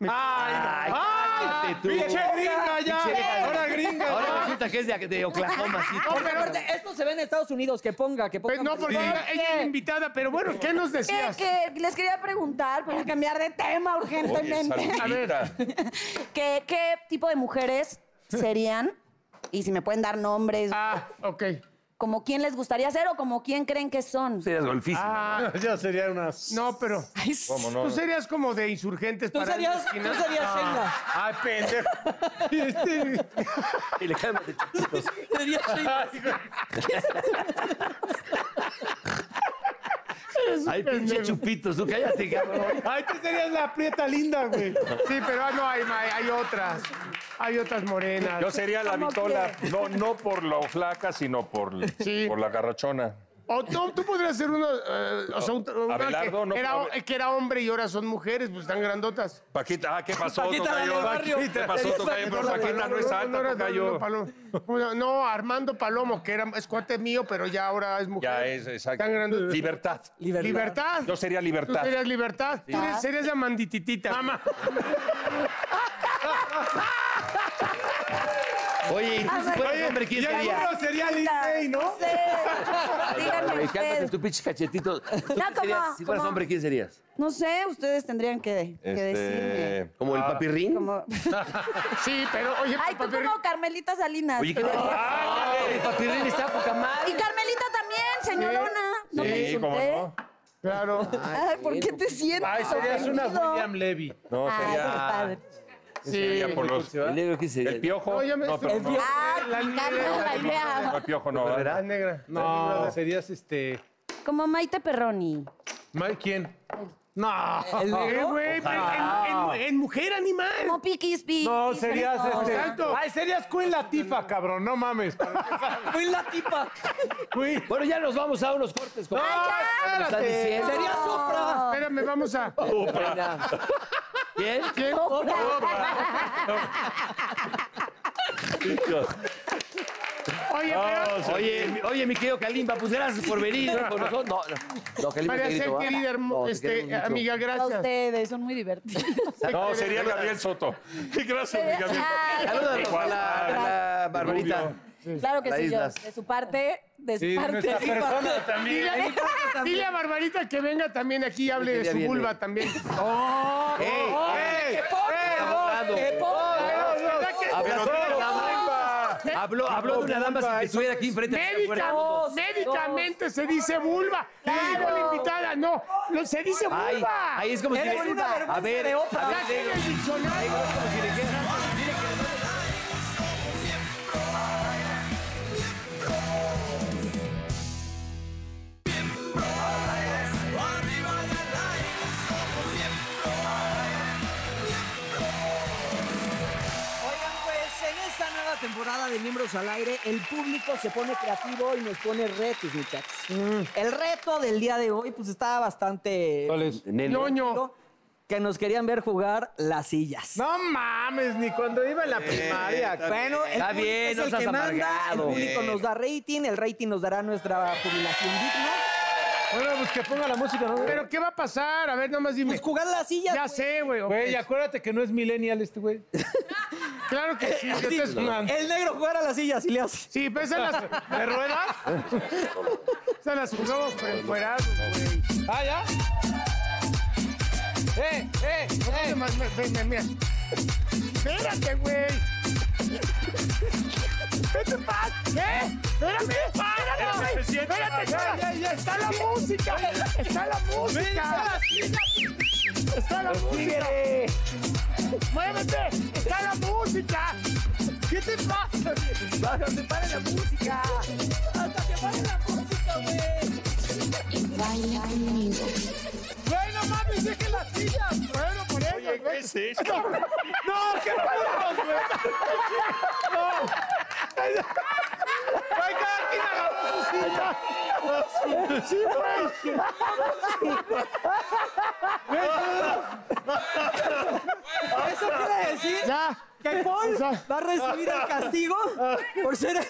S7: Ay,
S6: Ay,
S7: ay,
S6: cállate tú.
S7: pinche gringa
S6: Pinche
S7: ya. eh.
S6: vieja.
S7: Ahora gringa.
S6: Ahora resulta que es de, de Oklahoma, sí.
S2: Porque aparte, esto se ve en Estados Unidos, que ponga, que ponga.
S1: Pues no, porque
S2: Sí.
S1: ella, ella era invitada, pero bueno, ¿qué nos
S5: Que,
S1: decías?
S5: que les quería preguntar para cambiar de tema
S4: Oye,
S5: urgentemente.
S4: saludita.
S1: A ver.
S5: ¿Qué, qué tipo de
S1: [LAUGHS]
S5: mujeres serían? Y si me pueden dar nombres,
S1: Ah, ok.
S5: como quién les gustaría ser o como quién creen que son.
S6: Serías golfísimo.
S1: Ah,
S7: Ya sería unas.
S1: no, pero.
S4: ¿Cómo no?
S1: Tú serías como de insurgentes
S2: Tú
S1: para
S2: serías, tú serías Sheila.
S7: Ay,
S1: [LAUGHS]
S7: pendejo. Este-
S6: Y le cálmate,
S5: [LAUGHS]
S6: chiquitos.
S2: Serías Sheila.
S6: Ay, pinche chupitos, tú cállate, cabrón.
S7: Ay, tú serías la prieta linda, güey.
S1: Sí, pero ah, no, hay, hay, hay otras. Hay otras morenas.
S4: Yo sería la
S5: ¿Cómo
S4: vitola. No, no por lo flaca, sino por,
S1: Sí.
S4: por la garrachona.
S1: O no, tú podrías ser uno. eh, o sea, un- una
S4: Abelardo,
S1: que,
S4: no,
S1: era,
S4: Abe-
S1: que era hombre y ahora son mujeres, pues están grandotas.
S4: Paquita, ah, ¿qué pasó,
S2: Paquita, la
S4: Tocayo?
S2: del barrio.
S4: ¿Qué pasó,
S2: Paquita,
S4: Tocayo? Pero
S1: No,
S4: Paquita no es alta,
S1: era-
S4: Tocayo.
S1: no, Palomo. No, Armando Palomo, que era, es cuate mío, pero ya ahora es mujer.
S4: Ya Ah, es, exacto.
S1: Están grandotas.
S4: Libertad.
S2: Libertad.
S1: Libertad.
S4: Yo sería
S1: Tú
S4: libertad.
S1: serías libertad. Tú eres- serías la mandititita.
S6: Oye,
S5: Ah,
S6: ¿y tú si fueras hombre, quién
S7: Y
S6: sería?
S7: alguno sería Lindsay, ¿no?
S5: Sí. Díganme
S6: Ay, cálmate
S5: ustedes.
S6: tu pinche cachetito. ¿Tú quién
S5: como-
S6: serías? Si fueras
S5: como-
S6: hombre, ¿quién serías?
S5: No sé, ustedes tendrían que, que decirme.
S4: Este,
S6: ¿Como el papirrín?
S5: Como-
S1: Sí, pero oye, pues, Ah,
S5: Ay, tú
S1: papá, pero-
S5: como Carmelita Salinas.
S6: Oye, ¿qué ¡Ay, el papirrín está poca
S5: Y
S6: madre!
S5: Carmelita también, señorona. No me
S4: sí,
S5: insulté.
S4: cómo no.
S1: Claro.
S5: Ay, ¿por qué
S6: pues,
S5: te sientes?
S7: Ay, serías una
S5: ofendido?
S7: William Levy.
S4: No,
S5: Ay, qué
S4: sería,
S5: padre.
S1: Sí.
S4: sería por los...
S6: El negro, ¿quién sería?
S4: El piojo.
S1: No, ya me-
S4: No, pero
S1: El
S4: no.
S1: piojo.
S5: Ay,
S1: La
S5: me encanta
S1: negra,
S5: la
S4: No,
S5: idea.
S4: el piojo no,
S1: La
S4: ¿verdad?
S1: negra.
S7: No, serías este.
S5: Como Maite Perroni.
S7: Mike, ¿Quién? No.
S2: El
S1: Eh,
S2: negro.
S1: güey, pero en, en- en mujer animal.
S5: Como Piquis Piquis.
S7: No, serías este.
S1: Exacto.
S7: Ay, serías Queen Latifa, cabrón. No mames.
S2: Fui la tipa.
S7: Queen.
S6: Bueno, ya nos vamos a unos cortes.
S7: No,
S6: como está
S7: espérate.
S6: diciendo.
S2: Sería Sofra.
S1: Espérame, vamos a.
S6: ¿Quién?
S1: ¿Quién?
S4: Dios.
S6: Oye, pero.
S3: Oye, oye, mi querido Kalimba, pues gracias por venir ¿no? por nosotros. No, no, no Kalimba, ¿ah?
S6: María
S3: te
S6: Cel,
S3: grito, ¿va?
S6: querida hermo-
S3: No, te
S6: este,
S3: queremos mucho.
S6: amiga,
S5: A
S6: gracias.
S5: ustedes, son
S8: [LAUGHS]
S5: muy divertidos.
S4: No, sería Gabriel Soto.
S6: [LAUGHS]
S4: Gracias, mi Gabriel.
S5: Ay,
S3: Saludos a la, a la Barbarita.
S5: Claro que
S3: La
S5: sí, yo.
S3: Islas.
S5: De su parte, de su
S1: Sí,
S5: parte.
S1: nuestra
S5: de su parte.
S1: persona también.
S6: Dile, dile a Barbarita que venga también aquí y hable de
S3: ya
S6: su
S3: viene.
S6: vulva también. Oh,
S3: ¡Ey!
S1: ¡Ey!
S2: ¡Qué poca!
S6: ¿Verdad que-
S3: Habló, habló, habló de una dama sin que estuviera aquí enfrente.
S6: Médica- oh, médicamente se dice vulva. Le dijo la invitada, no, no se dice
S3: Ay,
S6: vulva.
S3: ahí es como si...
S2: Eres una
S3: a
S2: vergüenza
S3: ver,
S2: de Oprah.
S3: a ver,
S6: Saquen el diccionario.
S2: Oigan, pues en esta nueva temporada de Miembros al Aire, el público se pone creativo y nos pone retos, muchachos.
S3: Mm.
S2: El reto del día de hoy, pues está bastante.
S6: Ñoño.
S2: Que nos querían ver jugar las sillas.
S1: No mames, ni cuando iba en la primaria.
S2: Bueno, el
S3: Eh, Está
S2: público
S3: bien,
S2: es
S3: no
S2: el
S3: seas
S2: que manda, el
S3: amargado.
S2: público nos da rating, el rating nos dará nuestra jubilación digna.
S1: Bueno, pues que ponga la música, ¿no?
S6: Pero ¿qué va a pasar? A ver, nomás dime.
S2: Pues jugar las sillas.
S6: Ya
S2: pues.
S6: sé, güey.
S1: Güey, acuérdate que no es millennial este güey.
S6: [LAUGHS] Claro
S1: [LAUGHS]
S6: que sí.
S1: Este es un an-
S2: El negro jugar a las sillas y le hace.
S6: Sí, pero esas
S1: [LAUGHS]
S6: las... ¿De [LAUGHS] ruedas? esas las jugamos por encuerados, güey.
S1: Ah, ya. ¡Eh, eh, eh!
S6: Más, me- me- me- mira. Espérate, güey. Vete paz. ¿Qué? Espérame. Páralo, güey. Espérate, ya, ya, ya. Está la música. Está la música. Está la música. Muévete. Está la música. ¿Qué te pasa? Bájate, para la música. Hasta que pare la música, güey. Bueno, mami, deje las sillas. Bueno, por eso, güey.
S4: ¿Qué es esto?
S6: ¡No! ¡Qué payasos, güey! ¡No! ¡Ay, cada quien agarró su silla! ¡Sí, güey!
S2: Eso quiere decir
S6: ¡Ya!
S2: que Paul va a recibir el castigo por ser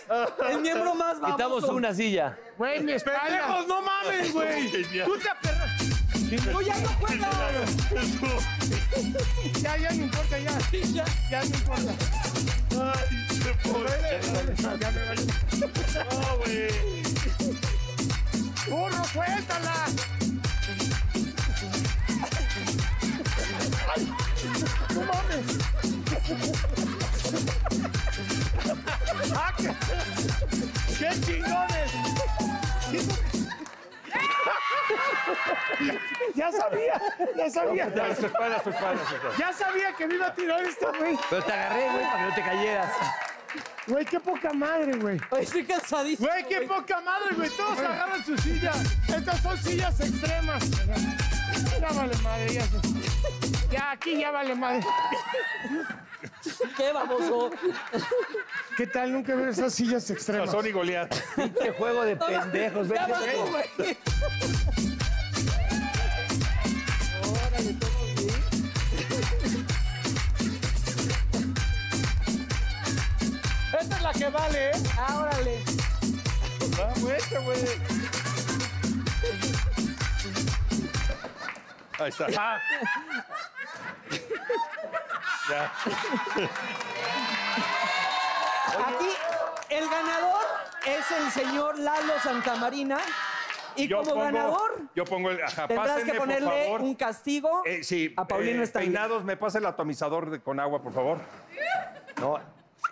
S2: el miembro más
S3: Quitamos
S2: baboso.
S3: una silla.
S6: ¡Güey, mi espalda!
S1: ¡No mames, güey!
S6: ¡Tú te aperras!
S2: ¡Tú ya no juegas!
S6: Ya, ya, no importa, ya. Ya, ya no importa. ¡Ay, qué pobre! Ya me vale. ¡No, güey! ¡Burro, suéltala! ¡Ya sabía! ¡Ya sabía!
S4: Su espalda, su espalda, su espalda.
S6: ¡Ya sabía que me iba a tirar esta, güey!
S3: Pero te agarré, güey, para que no te cayeras.
S6: Güey, qué poca madre, güey.
S2: Ay, Estoy cansadísimo.
S6: Güey, qué poca madre, güey. Todos agarran su silla. Estas son sillas extremas. Ya vale madre, ya. se- Ya, aquí ya vale madre.
S2: ¡Qué baboso!
S6: ¿Qué tal? Nunca veo esas sillas extremas.
S4: Son y Goliat.
S3: Qué juego de pendejos.
S2: Ya
S3: vete.
S2: basta, güey.
S6: Esta es la que vale, ¿eh?
S2: Ah, órale.
S6: [LAUGHS]
S4: Ahí está.
S6: Ah.
S2: Aquí el ganador es el señor Lalo Santamarina. Y como ganador
S4: Yo pongo el. Ajá,
S2: tendrás que
S4: pásenme, por
S2: ponerle
S4: favor.
S2: un castigo
S4: Eh, sí,
S2: a Paulino
S4: eh,
S2: Stanley.
S4: Peinados, me pasa el atomizador de- con agua, por favor.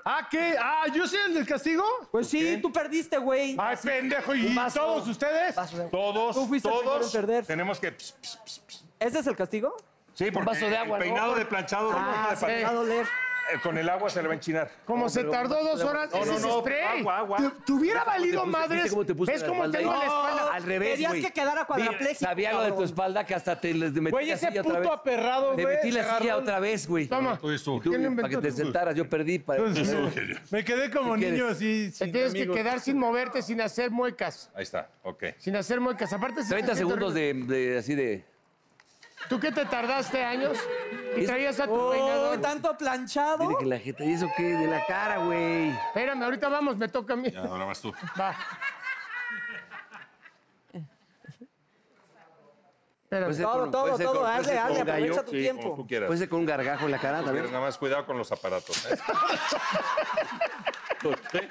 S1: ¿Ah, qué? ¿Ah, yo soy el del castigo?
S2: Pues sí, tú perdiste, güey.
S1: Ay, pendejo, ¿y todos ustedes?
S4: Todos,
S2: Tú fuiste el primero en
S4: todos.
S2: perder.
S4: Tenemos que. ps, ps.
S2: ¿Ese es el castigo?
S4: Sí, porque
S3: vaso de agua,
S4: el
S3: ¿no?
S4: peinado de planchado
S2: Ah,
S4: de
S2: se me va a doler.
S4: Eh, con el agua se le va a enchinar.
S6: Como se tardó dos horas,
S4: No,
S6: ese
S4: no,
S6: es
S4: no,
S6: spray.
S4: agua, agua.
S6: Te, te hubiera valido
S3: puse? ¿Viste
S6: madres.
S3: cómo te puse
S6: ¿Ves
S3: la
S6: cómo
S3: espalda?
S6: tengo la espalda?
S3: Al revés,
S2: Tenías
S3: güey.
S2: que quedar a cuadrapléjico,
S3: Sabía lo de tu
S2: cabrón.
S3: espalda que hasta te les metí
S1: Güey,
S3: la
S1: ese
S3: silla otra
S1: puto
S3: vez.
S1: aperrado,
S3: Te
S1: güey.
S3: metí la
S1: agarró
S3: silla
S1: el-
S3: otra vez, güey.
S6: Toma.
S3: Tú,
S6: ¿Quién lo
S3: para que
S6: inventó?
S3: te sentaras, yo perdí. Para...
S1: Me quedé como
S3: ¿Qué
S1: niño
S3: quieres?
S1: así,
S6: Te
S1: sin
S6: tienes que
S1: amigos.
S6: quedar sin moverte, sin hacer muecas.
S4: Ahí está, ok.
S6: Sin hacer muecas. Aparte, se
S3: 30
S6: siente
S3: segundos
S6: horrible.
S3: de, de- así de.
S1: ¿Tú qué te tardaste años? Y
S3: Es-
S1: traías a tu
S2: Uy,
S1: peinador.
S2: tanto planchado.
S3: Mira que la jeta. ¿Y eso qué? De la cara, güey.
S1: Espérame, ahorita vamos, me toca a mí.
S4: Ya, ahora vas tú.
S1: Va. Espérame.
S3: Pues-
S2: Todo,
S3: con-
S2: todo,
S3: puede ser
S2: todo. ¿eh?
S3: con-
S2: Hazle,
S3: puede ser
S2: hazle,
S3: con gallo,
S2: aprovecha tu
S4: Sí, como
S2: tiempo.
S4: tú quieras.
S3: Puede ser con un gargajo en la cara
S4: Pero
S3: también.
S4: nada más cuidado con los aparatos. [LAUGHS] ¿eh?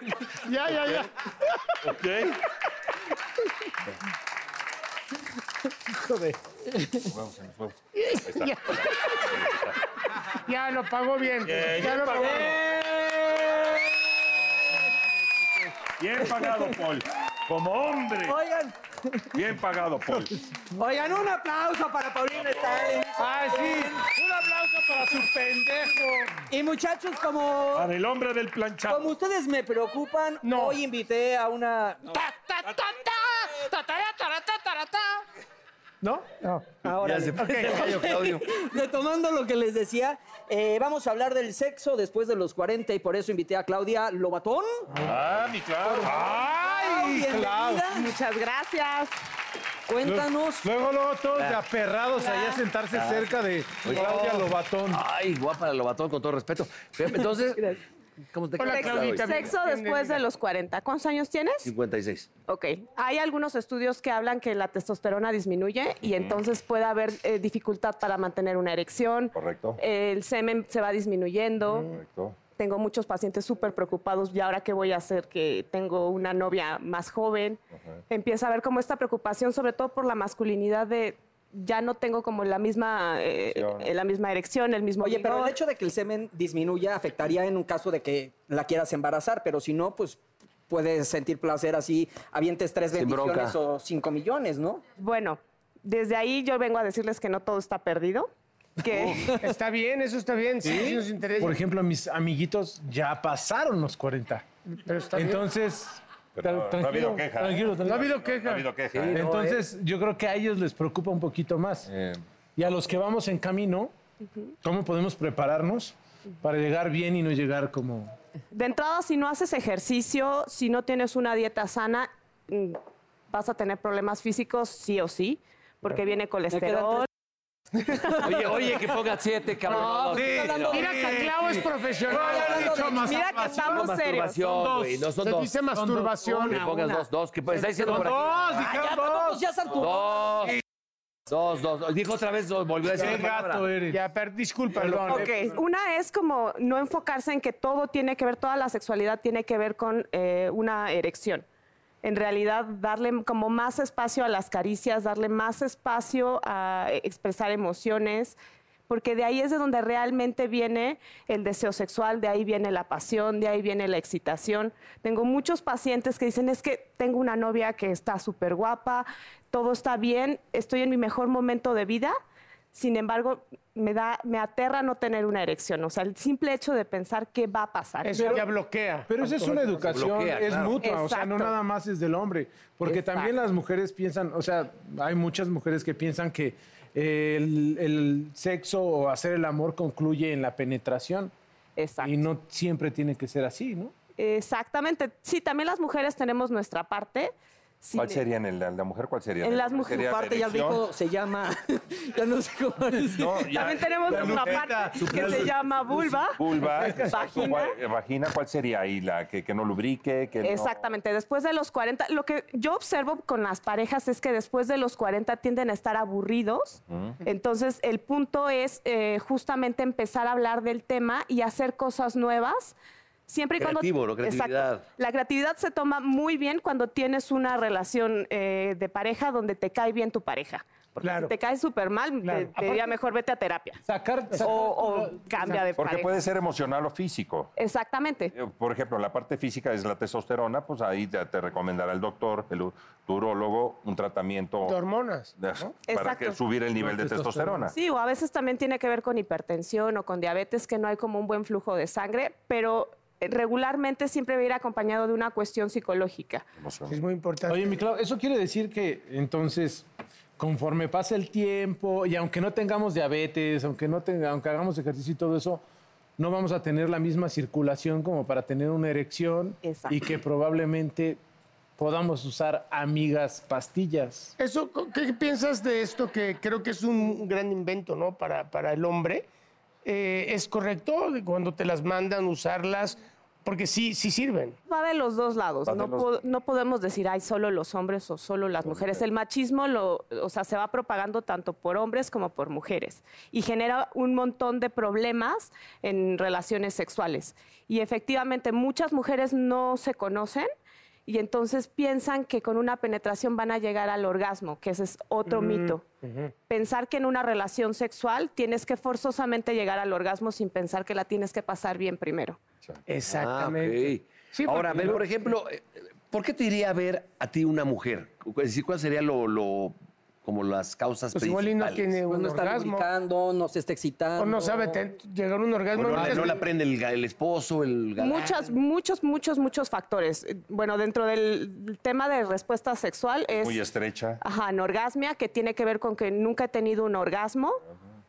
S1: Ya, ya, ya.
S4: ¿Ok?
S1: [LAUGHS] Ya. Ya lo pagó bien.
S4: Bien,
S1: ya
S4: bien
S1: lo pagó.
S4: pagado. Bien pagado, Paul. Como hombre.
S2: Oigan,
S4: Bien pagado, Paul.
S2: oigan, un aplauso para Paulina Stanley.
S1: Ah,
S7: ¡Ay, sí! ¡Un aplauso para su pendejo!
S2: Y muchachos, como,
S4: Para el hombre del planchado.
S2: como ustedes me preocupan,
S1: No.
S2: hoy invité a una.
S7: ¿No?
S1: No.
S2: Ahora.
S3: Ya se parece al gallo, Claudio.
S2: [LAUGHS] Retomando lo que les decía, eh, vamos a hablar del sexo después de los 40 y por eso invité a Claudia Lobatón.
S4: Ah, mi claro.
S2: Clau,
S7: ¡Ay, Clau!
S2: bienvenida.
S9: Muchas gracias.
S2: Cuéntanos.
S7: Luego, luego, todos
S3: Ah.
S7: de aperrados allá a sentarse cerca de Claudia Lobatón.
S3: oh. Ay, guapa la Lobatón, con todo respeto. Fíjame, Entonces, ¿cómo te
S1: Hola,
S3: quedas,
S9: Sexo,
S3: Claudio?
S1: Claudita, bien-
S9: sexo
S1: bienvenida.
S9: después de los 40. ¿Cuántos años tienes?
S3: 56.
S9: Ok. Hay algunos estudios que hablan que la testosterona disminuye y entonces puede haber eh, dificultad para mantener una erección.
S4: Correcto.
S9: El semen se va disminuyendo.
S4: Correcto.
S9: Tengo muchos pacientes súper preocupados. ¿Y ahora qué voy a hacer? Que tengo una novia más joven. Empieza a ver como esta preocupación, sobre todo por la masculinidad de ya no tengo como la misma, eh, eh, la misma erección, el mismo
S2: Oye, pero el
S9: vigor.
S2: hecho de que el semen disminuya afectaría en un caso de que la quieras embarazar, pero si no, pues puedes sentir placer así, avientes tres
S3: Sin bronca.
S2: bendiciones o cinco millones, ¿no?
S9: Bueno, desde ahí yo vengo a decirles que no todo está perdido. Que
S1: Oh, Está bien, eso está bien. Sí, sí nos interesa.
S7: Por ejemplo, mis amiguitos ya pasaron los 40.
S1: Pero está bien.
S7: Entonces,
S4: Pero no, no ha
S7: tranquilo,
S4: habido queja. ¿eh?
S7: tranquilo,
S1: No ha
S7: tranquilo.
S1: habido queja.
S4: Ha habido queja. ¿eh?
S7: Entonces, yo creo que a ellos les preocupa un poquito más.
S6: Eh.
S7: Y a los que vamos en camino, ¿cómo podemos prepararnos para llegar bien y no llegar como...
S9: de entrada, si no haces ejercicio, si no tienes una dieta sana, mm, vas a tener problemas físicos sí o sí, porque viene colesterol.
S3: Oye, oye, que ponga 7, cabrón. No,
S7: sí.
S3: no,
S1: Mira que Clau es profesional.
S9: Mira que estamos serios.
S3: masturbación, güey. No son
S1: Se
S3: dos.
S1: dice
S3: Que
S1: masturbación.
S3: pongas dos, dos. Que pues, está diciendo por aquí.
S7: ¡Dos! dijeron
S2: Pues
S7: dos!
S2: ya saltó.
S3: Dos. Dos, dos, dos. Dijo otra vez, dos, volvió a decir
S7: ¡Qué
S3: la palabra.
S7: gato eres!
S1: Ya, per, discúlpalo.
S9: Ok, una es como no enfocarse en que todo tiene que ver, toda la sexualidad tiene que ver con eh, una erección. En realidad, darle como más espacio a las caricias, darle más espacio a eh, expresar emociones, porque de ahí es de donde realmente viene el deseo sexual, de ahí viene la pasión, de ahí viene la excitación. Tengo muchos pacientes que dicen, es que tengo una novia que está súper guapa, todo está bien, estoy en mi mejor momento de vida, sin embargo, me, da, me aterra no tener una erección. O sea, el simple hecho de pensar qué va a pasar.
S1: Eso ya bloquea.
S7: Pero esa es una educación,
S3: bloquea,
S7: es
S3: claro.
S7: mutua, o sea, no
S9: Exacto.
S7: nada más es del hombre, porque
S9: Exacto.
S7: también las mujeres piensan, o sea, hay muchas mujeres que piensan que eh, el, el sexo o hacer el amor concluye en la penetración
S9: Exacto.
S7: y no siempre tiene que ser así, ¿no?
S9: Exactamente. Sí, también las mujeres tenemos nuestra parte. Sí,
S4: ¿Cuál sería en el- la, la mujer? ¿Cuál sería?
S9: En
S4: el
S9: las
S4: hombre?
S9: mujeres.
S4: ¿Sería
S2: Su parte ya
S4: erección?
S2: dijo, se llama. ya no sé cómo decir.
S4: No, ya-
S9: También tenemos
S4: la
S9: nuestra
S4: mujer,
S9: parte que se llama vulva.
S4: Vulva, exacto,
S9: Vagina.
S4: ¿cuál- eh, vagina, ¿cuál sería ahí? La que, que no lubrique, que no-
S9: Exactamente, después de los 40, lo que yo observo con las parejas es que después de los 40 tienden a estar aburridos,
S5: Eh,
S6: Mm.
S9: entonces el punto es eh, justamente empezar a hablar del tema y hacer cosas nuevas. Siempre y cuando-
S3: Creativo, ¿no? Creatividad.
S9: La creatividad se toma muy bien cuando tienes una relación eh, de pareja donde te cae bien tu pareja. Porque
S7: Claro.
S9: si te cae súper mal, te-
S7: Claro.
S9: te, diría mejor vete a terapia.
S7: Sacar,
S9: O,
S7: sacar-
S9: o cambia de
S4: Porque
S9: pareja.
S4: puede ser emocional o físico.
S9: Exactamente.
S4: Eh, Por ejemplo, la parte física es la testosterona, pues ahí te, te recomendará el doctor, el u- tu urólogo, un tratamiento
S1: De hormonas.
S4: de- [LAUGHS] para
S9: Exacto.
S4: que subir el nivel de testosterona.
S9: Sí, o a veces también tiene que ver con hipertensión o con diabetes, que no hay como un buen flujo de sangre, pero eh, regularmente siempre va a ir acompañado de una cuestión psicológica.
S4: Emocional.
S1: Es muy importante.
S7: Oye, mi Clau, eso quiere decir que entonces, conforme pasa el tiempo y aunque no tengamos diabetes, aunque no tenga, aunque hagamos ejercicio y todo eso, no vamos a tener la misma circulación como para tener una erección
S9: Exacto.
S7: y que probablemente podamos usar amigas pastillas.
S1: Eso, ¿Qué piensas de esto que creo que es un gran invento ¿no? para, para el hombre? Eh, ¿Es correcto de cuando te las mandan usarlas? Porque sí, sí sirven.
S9: Va de los dos lados.
S4: Va de
S9: No,
S4: los-
S9: po- no podemos decir, ay, solo los hombres o solo las mujeres. El machismo lo, o sea, se va propagando tanto por hombres como por mujeres y genera un montón de problemas en relaciones sexuales. Y efectivamente, muchas mujeres no se conocen y entonces piensan que con una penetración van a llegar al orgasmo, que ese es otro mito. Pensar que en una relación sexual tienes que forzosamente llegar al orgasmo sin pensar que la tienes que pasar bien primero.
S3: Exactamente.
S1: Sí,
S3: Ah, Ahora, a
S1: porque
S3: ver,
S1: yo-
S3: por ejemplo, eh, ¿por qué te iría a ver a ti una mujer? Es decir, ¿cuál sería lo, lo- como las causas
S1: Pues igual
S3: principales?
S1: y no tiene
S2: Pues
S1: un
S2: no está
S1: orgasmo.
S2: lubricando, no se está excitando.
S1: O no sabe te- llegar a un orgasmo.
S3: Bueno,
S1: ahorita
S3: la-
S1: es-
S3: no la prende el, ga- el esposo, el galán.
S9: Muchas, muchos, muchos, muchos factores. Eh, Bueno, dentro del tema de respuesta sexual es Ah,
S4: Muy este- estrecha.
S9: ajá, anorgasmia, que tiene que ver con que nunca he tenido un orgasmo.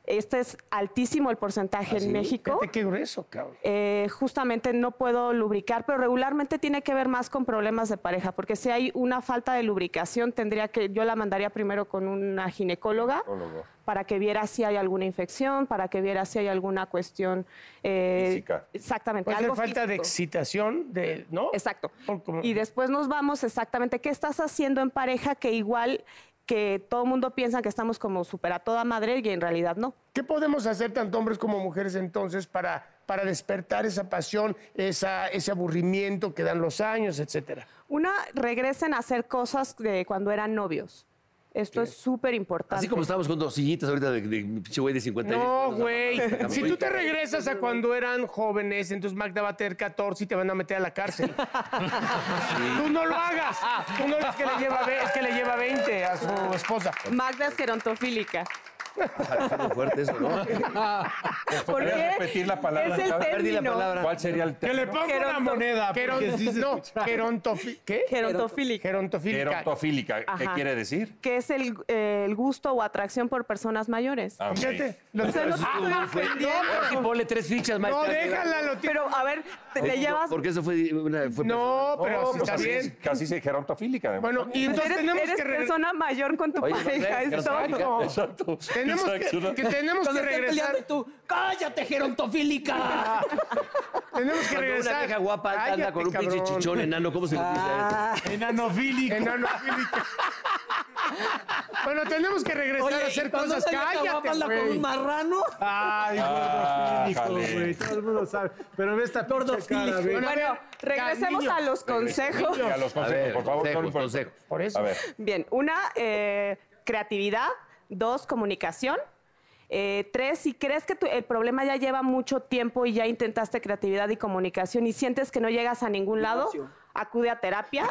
S9: Este es altísimo el porcentaje
S1: ¿Ah,
S9: en México.
S1: Fíjate qué grueso, cabrón.
S9: Eh, justamente no puedo lubricar, pero regularmente tiene que ver más con problemas de pareja, porque si hay una falta de lubricación, tendría que yo la mandaría primero con una ginecóloga
S4: Ginecólogo.
S9: para que viera si hay alguna infección, para que viera si hay alguna cuestión eh,
S4: Física.
S9: Exactamente.
S1: Puede ser
S9: algo
S1: falta de
S9: físico.
S1: excitación, de, ¿no?
S9: Exacto.
S1: Por como-
S9: Y después nos vamos exactamente, ¿qué estás haciendo en pareja que igual que todo el mundo piensa que estamos como súper a toda madre y en realidad no?
S1: ¿Qué podemos hacer tanto hombres como mujeres entonces para, para despertar esa pasión, esa, ese aburrimiento que dan los años, etcétera?
S9: Una, regresen a hacer cosas de cuando eran novios. Esto es súper importante.
S3: Así como estábamos con dos sillitas ahorita de, de pinche güey de 50
S1: No,
S3: años.
S1: güey. Si tú te regresas a cuando eran jóvenes, entonces Magda va a tener 14 y te van a meter a la cárcel. Tú Pues no
S4: [LAUGHS]
S1: lo hagas. Tú no es que le lleva, ve- es que le lleva 20 a su esposa.
S9: Magda es
S1: [LAUGHS]
S9: gerontofílica.
S3: Ah, Está muy fuerte eso, ¿no?
S9: ¿Por
S4: ¿Podrías
S9: qué?
S4: repetir la palabra?
S9: Es el
S3: Perdí la
S9: término.
S3: palabra.
S4: ¿Cuál sería el
S7: Que
S4: tema?
S7: le pongo una
S9: Geronto-
S7: moneda. porque
S1: Geron-
S7: sí se
S1: no,
S7: escucha.
S1: gerontofi- ¿qué?
S9: Gerontofílica.
S1: Gerontofílica.
S4: Gerontofílica. ¿Qué
S9: Ajá.
S4: quiere decir?
S9: Que es el, eh, el gusto o atracción por personas mayores.
S4: Ah, ok.
S1: Fíjate, lo-
S9: O sea, no te
S1: [LAUGHS] Ah,
S9: estoy
S1: no,
S9: ofendiendo.
S3: Ahora sí ponle tres fichas,
S1: No,
S3: maestra.
S1: déjala, lo tiene.
S9: Pero, a ver, te, te llevas...
S3: Porque eso fue... una- fue
S1: No, pero
S4: No,
S1: sí
S4: pues
S1: está
S4: así
S1: bien.
S4: es- Casi se gerontofílica.
S1: Bueno, y entonces
S9: Pues eres
S1: tenemos
S9: eres
S1: que regresar.
S9: persona mayor con tu
S3: Oye, no,
S9: pareja.
S3: eres
S9: es
S3: persona
S9: todo.
S3: mayor.
S4: Exacto.
S1: Tenemos
S4: Exacto.
S1: que, que tenemos que
S2: Cuando estén peleando
S1: regresar.
S2: y tú, ¡cállate, gerontofílica!
S1: Tenemos que
S3: Cuando
S1: regresar.
S3: una vieja guapa anda
S1: Cállate,
S3: con un pinche
S1: cabrón.
S3: chichón enano, ¿cómo se le dice? este?
S2: Ah,
S7: Enanofílico.
S1: Enano fílico. bueno, tenemos que regresar
S2: oye,
S1: a
S2: ¿y
S1: hacer
S2: cuando
S1: cosas.
S2: te deja
S1: Cállate,
S2: guapa, anda con
S1: güey.
S2: un marrano?
S7: Ay,
S4: Ah, jale.
S7: gordofílico, güey. Todo el mundo sabe. Pero ve esta pinche cara,
S2: Gordofílico.
S7: ve.
S1: Bueno, a ver,
S9: Bueno, regresemos
S1: Carmiño.
S9: a los consejos.
S4: A los
S3: A
S4: consejos,
S3: ver,
S4: por favor.
S3: consejos,
S4: Tony,
S3: consejos.
S1: Por eso.
S4: A ver,
S9: Bien, una, eh, creatividad. Dos, comunicación. Eh, tres, si crees que tu- el problema ya lleva mucho tiempo y ya intentaste creatividad y comunicación y sientes que no llegas a ningún lado,
S2: Divorcio.
S9: acude a terapia.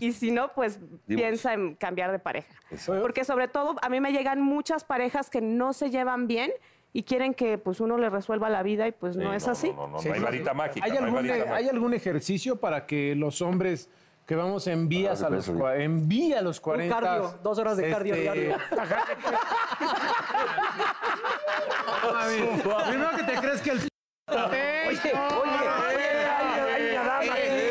S9: Y si no,
S4: [LAUGHS]
S9: pues piensa en cambiar de pareja. Porque sobre todo a mí me llegan muchas parejas que no se llevan bien y quieren que pues uno le resuelva la vida y pues
S4: Sí,
S9: no es así.
S4: No, no, no,
S1: Sí,
S4: no hay
S1: sí.
S4: varita mágica.
S7: ¿Hay
S4: no
S7: algún, e-,
S4: varita mágica.
S7: ¿Hay algún ejercicio para que los hombres que vamos en vías
S4: Ah,
S7: a los, cua- en vía a los este, 40?
S2: cardio, dos horas de cardio
S7: [LAUGHS]
S2: diario.
S7: No, a ver, Primero que te crees que el...
S6: eh,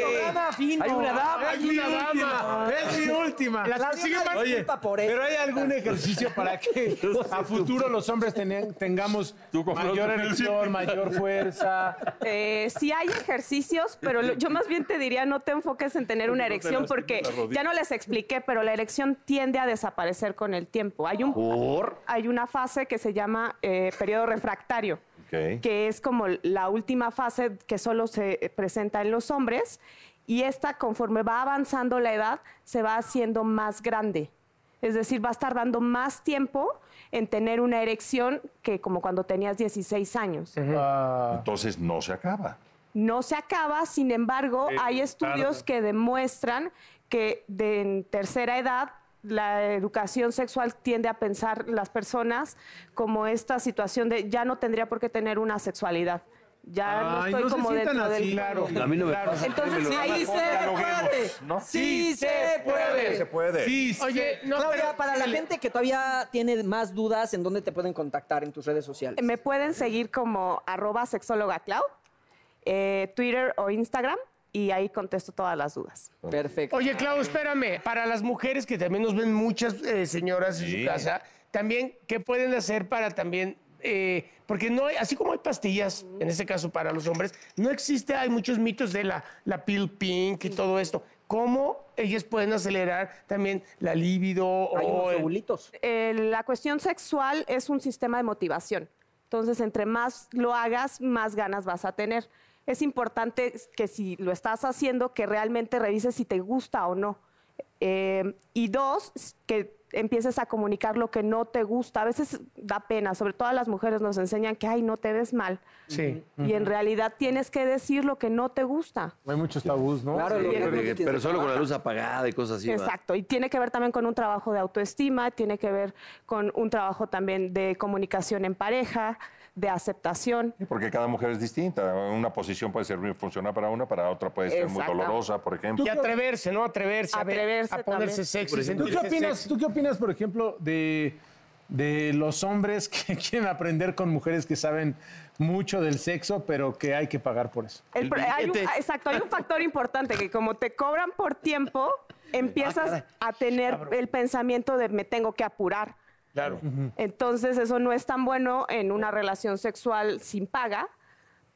S2: Programa fino.
S3: Hay una dama.
S7: Es mi última, eh, es mi última.
S1: Las
S2: que siguen más-
S7: Oye,
S2: disculpa por eso.
S7: pero hay algún ejercicio para
S4: [LAUGHS]
S7: que a futuro los hombres tenen- tengamos mayor erección, mayor fuerza.
S9: [LAUGHS] Eh, sí hay ejercicios, pero lo- yo más bien te diría no te enfoques en tener una erección porque ya no les expliqué, pero la erección tiende a desaparecer con el tiempo. Hay, un,
S3: ¿Por?
S9: hay una fase que se llama eh, periodo refractario,
S4: Ok.
S9: que es como la última fase que solo se eh, presenta en los hombres y esta conforme va avanzando la edad se va haciendo más grande. Es decir, vas tardando más tiempo en tener una erección que como cuando tenías 16 años
S4: Entonces no se acaba.
S9: no se acaba, sin embargo, hay estudios que demuestran que de en tercera edad la educación sexual tiende a pensar las personas como esta situación de ya no tendría por qué tener una sexualidad. Ya
S7: Ay,
S9: no estoy
S7: no se
S9: como
S7: sientan
S9: dentro
S7: así.
S9: del
S7: Claro.
S3: A mí no me pasa.
S9: Entonces, ahí se
S2: ¡Sí se
S4: Dialoguemos,
S2: puede!
S4: ¿no?
S2: ¡Sí se puede!
S4: Se puede.
S7: Sí, sí.
S1: Oye, no,
S2: Claudia,
S1: pero-
S2: para la gente que todavía tiene más dudas, ¿en dónde te pueden contactar en tus redes sociales?
S9: me pueden seguir como arroba sexóloga Clau, eh, Twitter o Instagram. y ahí contesto todas las dudas.
S2: Perfecto.
S1: Oye, Clau, espérame. Para las mujeres que también nos ven muchas eh, señoras en
S4: Sí.
S1: su casa, también, ¿qué pueden hacer para también... eh, porque no hay, así como hay pastillas, en este caso para los hombres, no existe, hay muchos mitos de la, la pill pink y todo esto. ¿Cómo ellas pueden acelerar también la libido
S2: Hay
S1: o
S2: unos
S1: el-
S2: abuelitos.
S9: eh, la cuestión sexual es un sistema de motivación. Entonces, entre más lo hagas, más ganas vas a tener. Es importante que si lo estás haciendo, que realmente revises si te gusta o no. Eh, y dos, s- que empieces a comunicar lo que no te gusta. A veces da pena, sobre todo a las mujeres nos enseñan que, ay, no te ves mal.
S1: Sí.
S9: Y en realidad tienes que decir lo que no te gusta.
S10: Hay muchos tabús, ¿no?
S2: Claro, lo que
S9: pero-
S2: creo que
S3: Pero,
S2: quien se
S3: solo con la
S2: trabaja.
S3: luz apagada y cosas así. ¿verdad?
S9: Exacto, y tiene que ver también con un trabajo de autoestima, tiene que ver con un trabajo también de comunicación en pareja, de aceptación.
S4: Porque cada mujer es distinta. Una posición puede ser muy funcional para una, para otra puede ser muy
S9: Exacto.
S4: dolorosa, por ejemplo.
S1: Y atreverse, ¿no? Atreverse, a, ver,
S9: Atreverse
S1: a ponerse
S9: también.
S1: sexy.
S10: ¿Tú qué,
S1: sentirse
S10: opinas,
S1: sexy.
S10: ¿Tú qué opinas, por ejemplo, de, de los hombres que [LAUGHS] quieren aprender con mujeres que saben mucho del sexo, pero que hay que pagar por eso?
S9: El
S3: El
S9: pro- hay un-
S3: billete.
S9: ah, exacto, hay un factor importante que como te cobran por tiempo,
S3: Ah,
S9: empiezas a tener el pensamiento de me tengo que apurar.
S1: Claro.
S9: Entonces eso no es tan bueno en una relación sexual sin paga,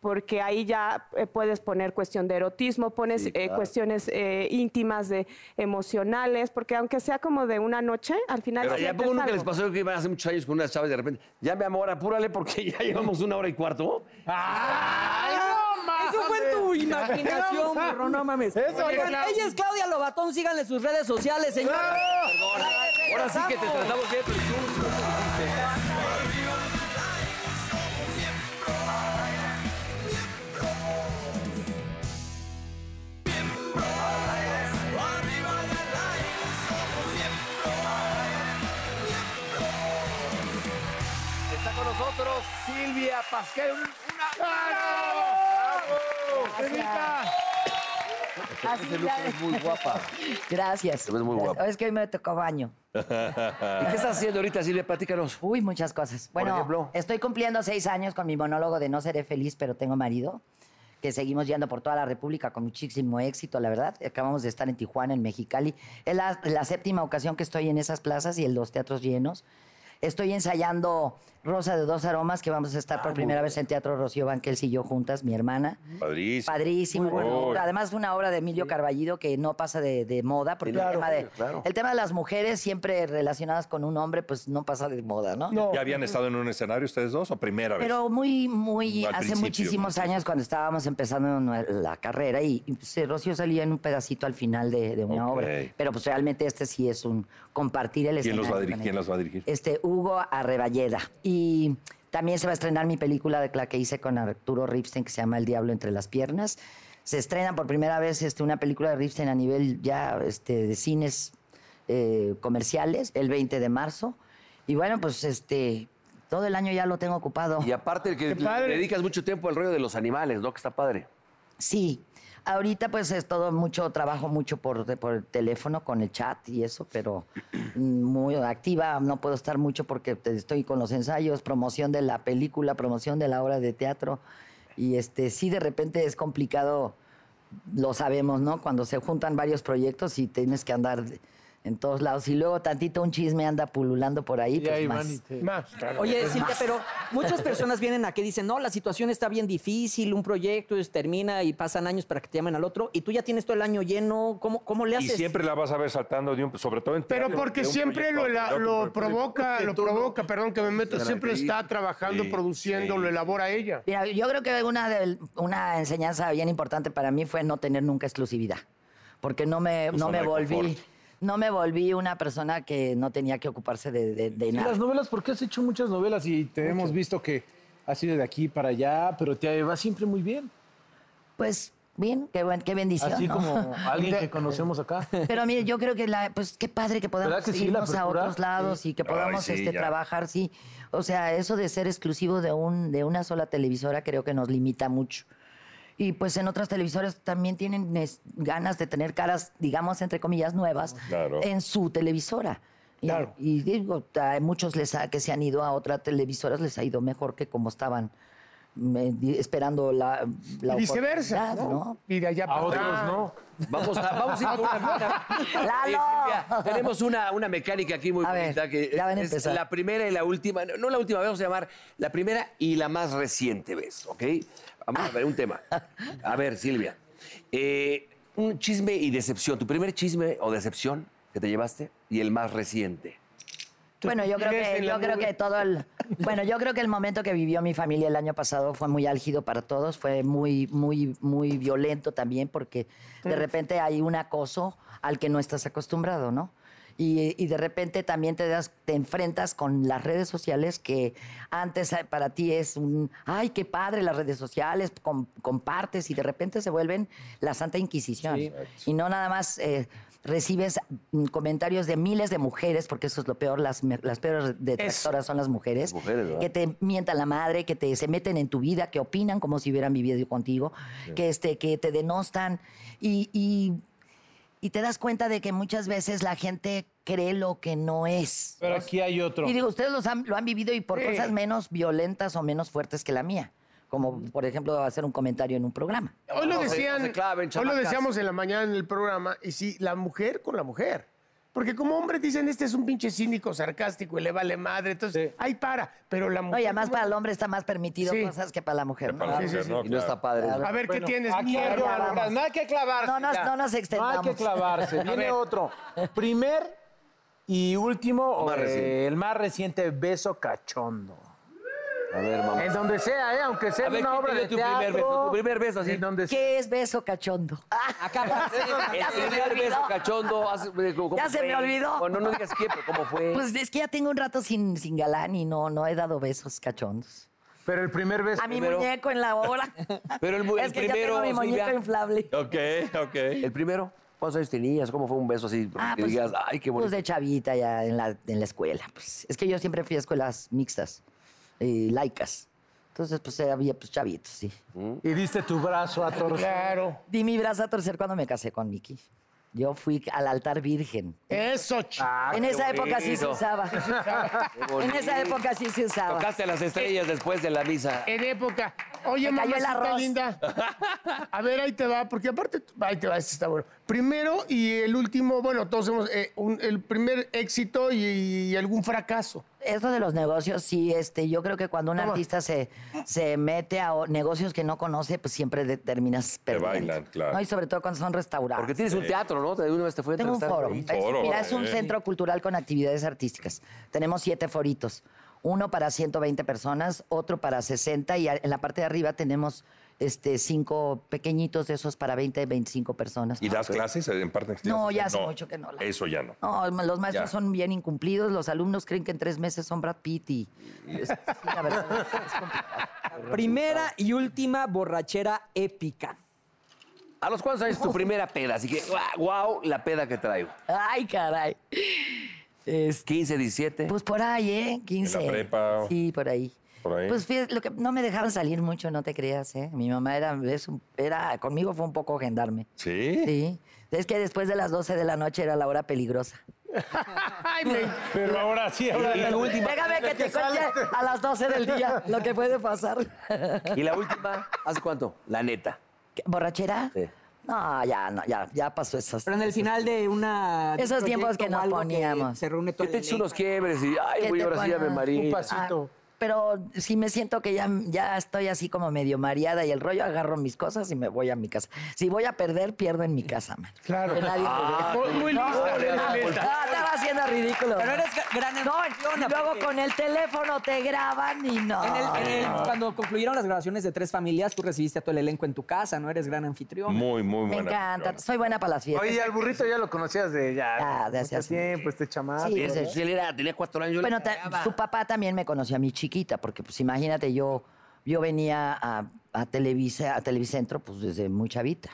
S9: porque ahí ya eh, puedes poner cuestión de erotismo, pones eh, cuestiones eh, íntimas, de emocionales, porque aunque sea como de una noche, al final...
S3: Pero ¿ya
S9: sientes
S3: poco nunca
S9: algo.
S3: les pasó que iban hace muchos años con unas chavas y de repente, ya mi amor, apúrale porque ya llevamos una hora y cuarto?
S10: ¡Ay, no
S2: Eso fue en tu imaginación, burro, no mames.
S10: Eso,
S2: Oigan,
S10: Claudia.
S2: ella es Claudia Lobatón, síganle sus redes sociales, señores.
S3: Ahora sí que te
S2: Regresamos.
S3: tratamos bien, pero tú- Está con nosotros Silvia Pasquel.
S8: Así, claro.
S3: Es
S8: [LAUGHS]
S3: muy guapa.
S8: Gracias.
S3: Te ves muy guapa.
S8: Gracias. Es que hoy me tocó baño.
S3: ¿Y qué estás haciendo ahorita, Silvia? Platícanos.
S8: Uy, muchas cosas. Bueno,
S3: ejemplo.
S8: estoy cumpliendo seis años con mi monólogo de No seré feliz, pero tengo marido, que seguimos yendo por toda la República con muchísimo éxito, la verdad. Acabamos de estar en Tijuana, en Mexicali. Es la, la séptima ocasión que estoy en esas plazas y en los teatros llenos. Estoy ensayando Rosa de dos aromas, que vamos a
S3: Ah,
S8: estar por primera vez en Teatro Rocío Banquels y yo juntas, mi hermana.
S4: Padrísimo.
S8: Padrísimo.
S4: Muy
S8: hermano.
S4: bueno.
S8: Además, una obra de Emilio Carballido que no pasa de, de moda, porque el, tema de, el tema de las mujeres siempre relacionadas con un hombre, pues no pasa de moda, ¿no?
S4: ¿Ya habían estado en un escenario ustedes dos o primera vez?
S8: Pero muy, muy,
S4: Al
S8: hace
S4: principio,
S8: muchísimos
S4: ¿no?
S8: años cuando estábamos empezando nue- la carrera y, y, pues, eh, Rocío salía en un pedacito al final de, de una
S4: Ok.
S8: obra. Pero pues realmente este sí es un compartir el
S4: ¿Quién
S8: escenario.
S4: los va a dirigir?
S8: con
S4: ¿Quién
S8: ella.
S4: los va a dirigir?
S8: Este, Hugo Arreballeda. Y también se va a estrenar mi película de la que hice con Arturo Ripstein que se llama El Diablo entre las Piernas. Se estrena por primera vez este, una película de Ripstein a nivel ya este, de cines eh, comerciales el 20 de marzo. Y bueno, pues este, todo el año ya lo tengo ocupado.
S3: Y aparte que le
S1: padre.
S3: dedicas mucho tiempo al rollo de los animales, ¿no? Que está padre.
S8: Sí, ahorita pues es todo mucho trabajo, mucho por, por teléfono con el chat y eso, pero [CLEARS THROAT] muy activa, no puedo estar mucho porque te- estoy con los ensayos, promoción de la película, promoción de la obra de teatro y este sí de repente es complicado, lo sabemos, ¿no? Cuando se juntan varios proyectos y tienes que andar de- en todos lados y luego tantito un chisme anda pululando por ahí,
S10: Y
S8: pues
S10: ahí
S8: más.
S10: van y te-
S1: Más, Ah, claro.
S2: Oye, Cintia, pero muchas personas vienen a que dicen, no, la situación está bien difícil, un proyecto es- termina y pasan años para que te llamen al otro, y tú ya tienes todo el año lleno, ¿cómo, cómo le
S4: Y
S2: haces?
S4: siempre la vas a ver saltando de un, sobre todo en
S1: Pero
S4: teatro,
S1: porque
S4: de un
S1: siempre lo,
S4: proyecto
S1: ela-
S4: a otro,
S1: lo
S4: pero- este pero-
S1: provoca, lo provoca, perdón que me meto, siempre está trabajando,
S4: Sí,
S1: produciendo,
S4: sí.
S1: lo elabora ella.
S8: Mira, yo creo que una, del- una enseñanza bien importante para mí fue no tener nunca exclusividad, porque no me, no
S4: zona
S8: me
S4: de
S8: volví...
S4: confort.
S8: No me volví una persona que no tenía que ocuparse de, de- de
S10: Y
S8: nada.
S10: las novelas, porque has hecho muchas novelas y te hemos visto que has ido de aquí para allá, pero te va siempre muy bien.
S8: Pues bien, qué, buen, qué bendición.
S10: Así
S8: ¿no?
S10: como
S8: [LAUGHS]
S10: alguien que conocemos acá.
S8: Pero mire, yo creo que la, pues qué padre que podamos
S10: ¿Verdad que sí, la
S8: irnos a
S10: apertura?
S8: otros lados y que podamos
S4: sí,
S8: este,
S4: ya.
S8: trabajar, sí. O sea, eso de ser exclusivo de, un, de una sola televisora creo que nos limita mucho. Y pues en otras televisoras también tienen es- ganas de tener caras, digamos, entre comillas, nuevas
S4: Claro.
S8: en su televisora. Y,
S1: Claro.
S8: y digo, a muchos les ha- que se han ido a otras televisoras les ha ido mejor que como estaban me- di- esperando la, la
S1: Y viceversa,
S8: oportunidad,
S1: ¿no? Y de allá para
S11: A otros
S1: acá.
S11: no.
S3: Vamos a, vamos a ir con una- una-
S8: [LAUGHS] ¡Lalo!
S3: Oye, Silvia, tenemos una, una mecánica aquí muy
S8: A ver,
S3: bonita que
S8: ya van a
S3: es
S8: empezar.
S3: la primera y la última, no, no la última, vamos a llamar la primera y la más reciente vez, ¿ok? Vamos a ver un tema. A ver, Silvia, eh, un chisme y decepción, tu primer chisme o decepción que te llevaste y el más reciente.
S8: Bueno, yo creo
S1: vives
S8: que,
S1: en
S8: yo
S1: la
S8: creo
S1: nube.
S8: que todo el. Bueno, yo creo que el momento que vivió mi familia el año pasado fue muy álgido para todos, fue muy, muy, muy violento también, porque
S1: Mm.
S8: de repente hay un acoso al que no estás acostumbrado, ¿no? Y, y de repente también te das, te enfrentas con las redes sociales que antes eh, para ti es un ay qué padre las redes sociales, com- compartes y de repente se vuelven la Santa Inquisición. Y no nada más eh, recibes mm, comentarios de miles de mujeres, porque eso es lo peor, las, me- las peores detractoras son las mujeres, que te mientan la madre, que te, se meten en tu vida, que opinan como si hubieran vivido contigo, que, este, que te denostan y, y, y te das cuenta de que muchas veces la gente cree lo que no es.
S7: Pero aquí hay otro.
S8: Y digo, ustedes los han- lo han vivido y por
S1: Sí.
S8: cosas menos violentas o menos fuertes que la mía. Como, por ejemplo, hacer un comentario en un programa.
S1: Mm. Hoy lo
S3: No se- no
S1: decían,
S3: se claven,
S1: hoy lo
S3: chamacas.
S1: decíamos en la mañana en el programa, y sí, la mujer con la mujer. Porque como hombres dicen, este es un pinche cínico, sarcástico y le vale madre. Entonces,
S7: Sí.
S1: ahí para. Pero la mujer.
S8: No, y además
S1: ¿cómo?
S8: para el hombre está más permitido
S1: Sí.
S8: cosas que para la mujer.
S4: Que
S8: ¿no?
S4: para la
S1: Sí, sí,
S4: mujer,
S1: sí.
S4: ¿no?
S3: Y no
S4: Claro.
S3: está padre.
S1: A ver, ¿qué
S7: Bueno,
S1: tienes?
S7: aquí hay
S1: Mierda.
S7: otro, Lucas, No hay que clavarse.
S8: No nos-
S7: ya.
S8: no nos
S7: No hay que
S8: extendamos.
S7: clavarse. Viene otro. Primer y último, o,
S3: Más
S7: eh,
S3: reciente.
S7: el más reciente beso cachondo.
S3: A ver, mamá.
S7: En donde sea, ¿eh? aunque sea
S3: A
S7: en
S3: ver,
S7: una
S3: ¿quién
S7: obra
S3: tiene
S7: de
S3: tu
S7: teatro.
S3: primer beso? Tu primer beso, así.
S7: En donde sea.
S8: ¿Qué es beso cachondo?
S3: [LAUGHS] Acá El primer beso cachondo. hace- eh, ¿cómo
S8: Ya se me
S3: fue?
S8: olvidó.
S3: Bueno, no digas qué, pero cómo fue.
S8: Pues es que ya tengo un rato sin, sin galán y no, no he dado besos cachondos.
S7: Pero el primer beso.
S8: A mi
S3: Primero-
S8: muñeco en la obra.
S3: Pero el mu-
S8: es
S3: el
S8: que
S3: primero,
S8: ya tengo mi muñeco
S3: Silvia.
S8: inflable.
S4: Ok, ok.
S3: El primero, ¿cuántos años tenías? ¿Cómo fue un beso así?
S8: Ah,
S3: que digas, ay, qué bonito.
S8: Pues de chavita ya en la, en la escuela. Pues. Es que yo siempre fui a escuelas mixtas, eh, laicas. Entonces, pues eh, había pues, chavitos, sí.
S3: Mm.
S7: Y diste tu brazo a torcer.
S1: Claro.
S8: Di mi brazo a torcer cuando me casé con Miki. Yo fui al altar virgen.
S1: Eso, ch-
S7: Ah,
S8: en
S3: qué
S8: esa época sí se
S3: bonito.
S8: usaba. en esa época sí se usaba.
S3: Tocaste a las estrellas después de la misa.
S1: En época. Oye,
S8: Me cayó el
S1: mamacita
S8: arroz.
S1: linda. A ver, ahí te va, porque aparte, ahí te va, este está bueno. Primero y el último, bueno, todos hemos, eh, un- el primer éxito y, y algún fracaso.
S8: Eso de los negocios, sí, este, yo creo que cuando un
S1: Toma.
S8: artista se, se mete a o- negocios que no conoce, pues siempre de- terminas perdiendo.
S4: bailan, claro.
S8: ¿no? Y sobre todo cuando son restaurantes.
S3: Porque tienes un teatro, ¿no? Una vez te fue a
S8: Tengo un
S3: entrevistar.
S8: foro.
S4: Un
S8: Es-
S4: foro,
S8: mira, es un
S4: eh.
S8: centro cultural con actividades artísticas. Tenemos siete foritos. Uno para 120 personas, otro para 60 y a- en la parte de arriba tenemos este, cinco pequeñitos de esos para 20, 25 personas.
S4: ¿Y das clases? ¿En parte?
S8: No, ya hace mucho que no las-
S4: Eso ya no.
S8: No, los maestros
S4: Ya.
S8: son bien incumplidos, los alumnos creen que en tres meses son Brad Pitt y... es- sí, la
S3: [LAUGHS]
S8: verdad, es complicado.
S2: Primera y última borrachera épica.
S3: A los cuantos años tu primera peda, así que wow, la peda que traigo.
S8: Ay, caray.
S3: 15, 17.
S8: Pues por ahí, ¿eh? 15.
S4: prepa?
S8: Sí, por ahí.
S4: Por ahí.
S8: Pues fíjate, lo que, no me dejaban salir mucho, no te creas, ¿eh? Mi mamá era, es un- era, conmigo fue un poco gendarme.
S4: ¿Sí?
S8: Sí. Es que después de las 12 de la noche era la hora peligrosa.
S1: Ay, me-
S7: Pero ahora sí, ahora
S3: Y la última. [LAUGHS]
S8: Déjame que te cuente a las 12 del día lo que puede pasar.
S3: Y la última, ¿hace cuánto? La neta.
S8: ¿Qué, ¿Borrachera?
S3: Sí.
S2: Ah,
S8: No, ya, no, ya, ya pasó esas.
S2: Pero en el final de una. de un
S8: Esos tiempos
S2: proyecto
S8: que
S2: o
S8: nos
S2: algo
S8: poníamos.
S2: Se reúne todo
S3: Que te
S2: el
S3: eches unos
S2: elenco.
S3: quiebres y, ay,
S8: ¿Qué
S3: güey,
S8: te
S3: ahora sí
S8: ponen?
S3: Ave
S7: un
S3: María. Ah.
S7: pasito.
S8: Pero sí me siento que ya, ya estoy así como medio mareada y el rollo agarro mis cosas y me voy a mi casa. Si voy a perder, pierdo en mi casa, man.
S1: Claro.
S8: Que nadie me
S3: Ah,
S8: vea.
S1: Muy, muy lista, muy lista.
S8: No, estaba haciendo ridículo.
S2: Pero
S8: man.
S2: eres gra- gran
S8: No,
S2: anfitriona,
S8: y luego
S2: porque
S8: con el teléfono te graban y no.
S2: en el- en el- Cuando concluyeron las grabaciones de Tres Familias, tú recibiste a todo el elenco en tu casa, ¿no? Eres gran anfitrión.
S4: Muy, muy
S8: me
S4: buena.
S8: encanta.
S4: persona.
S8: Soy buena para las fiestas.
S7: Oye, al burrito ya lo conocías de ya.
S8: Ya, de hace
S7: mucho
S3: Pues
S8: hace
S7: tiempo, este chamaco.
S8: Ah, Sí,
S3: Ese-
S8: sí.
S3: él era- tenía cuatro años. yo le
S8: Bueno, ta-
S3: cagaba.
S8: su papá también me conoció a mi chiquita, porque pues imagínate, yo, yo venía a, a Televisa, a Televicentro, pues desde muy chavita,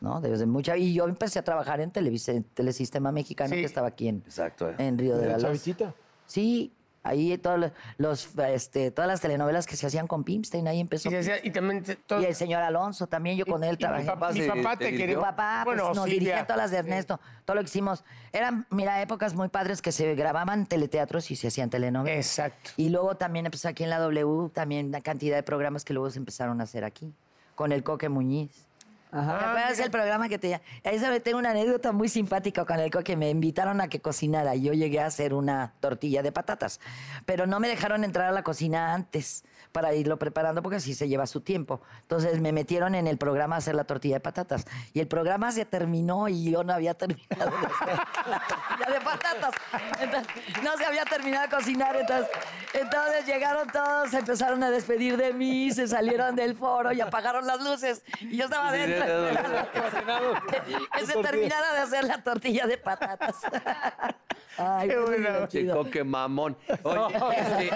S8: ¿no? Desde muy chavita. Y yo empecé a trabajar en Televisa, en Telesistema Mexicano,
S1: Sí.
S8: que estaba aquí en,
S3: Exacto, ¿eh?
S8: en Río de la Luz.
S7: Chavichita.
S8: Sí, Ahí todos los- los, este, todas las telenovelas que se hacían con Pimstein, ahí empezó.
S1: Y,
S8: Y,
S1: decía- y también te- todo-
S8: el señor Alonso también, yo con él
S1: y
S8: trabajé.
S1: mi papá, mi
S6: se-
S1: papá te
S6: te dirigió.
S1: quería.
S8: Mi papá pues, nos
S1: Silvia.
S8: dirigía todas las de Ernesto, todo lo que hicimos. Eran, mira, épocas muy padres que se grababan teleteatros y se hacían telenovelas.
S1: Exacto.
S8: Y luego también empezó aquí en la W, también una cantidad de programas que luego se empezaron a hacer aquí, con el Coque Muñiz. ¿Te acuerdas el programa que te Ahí sabe, tengo una anécdota muy simpática con el coque. Me invitaron a que cocinara. y Yo llegué a hacer una tortilla de patatas, pero no me dejaron entrar a la cocina antes para irlo preparando porque así se lleva su tiempo. Entonces me metieron en el programa a hacer la tortilla de patatas. Y el programa se terminó y yo no había terminado [LAUGHS] de hacer la tortilla de patatas. Entonces, no se había terminado de cocinar. Entonces, entonces llegaron todos, se empezaron a despedir de mí, se salieron del foro y apagaron las luces. Y yo estaba dentro esperando que se- [LAUGHS] que se terminara de hacer la tortilla de patatas. Ay,
S1: Qué
S8: fue muy
S1: bueno.
S6: Che,
S8: divertido.
S6: coque mamón.
S8: [LAUGHS]
S6: Oye, este,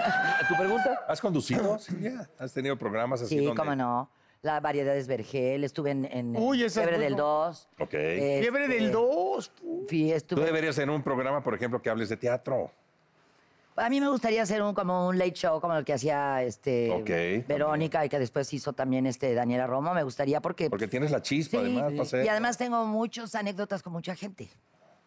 S6: ¿tu pregunta?
S4: ¿Has conducido, Silvia? ¿Has tenido programas así?
S8: Sí,
S4: donde-
S8: cómo no. La variedad es vergel, estuve en, en
S1: Uy, esa es
S8: Fiebre
S1: muy
S8: del
S1: bu-
S8: 2.
S4: Ok.
S1: Fiebre del 2.
S8: Sí,
S4: Tú
S8: Este, estuve
S4: deberías tener un programa, por ejemplo, que hables de teatro.
S8: A mí me gustaría hacer un como un late show como el que hacía este
S4: Ok.
S8: Verónica y que después hizo también este Daniela Romo. Me gustaría porque,
S4: Porque tienes la
S8: sí,
S4: chispa, además, para hacer-
S8: y además tengo muchas anécdotas con mucha gente.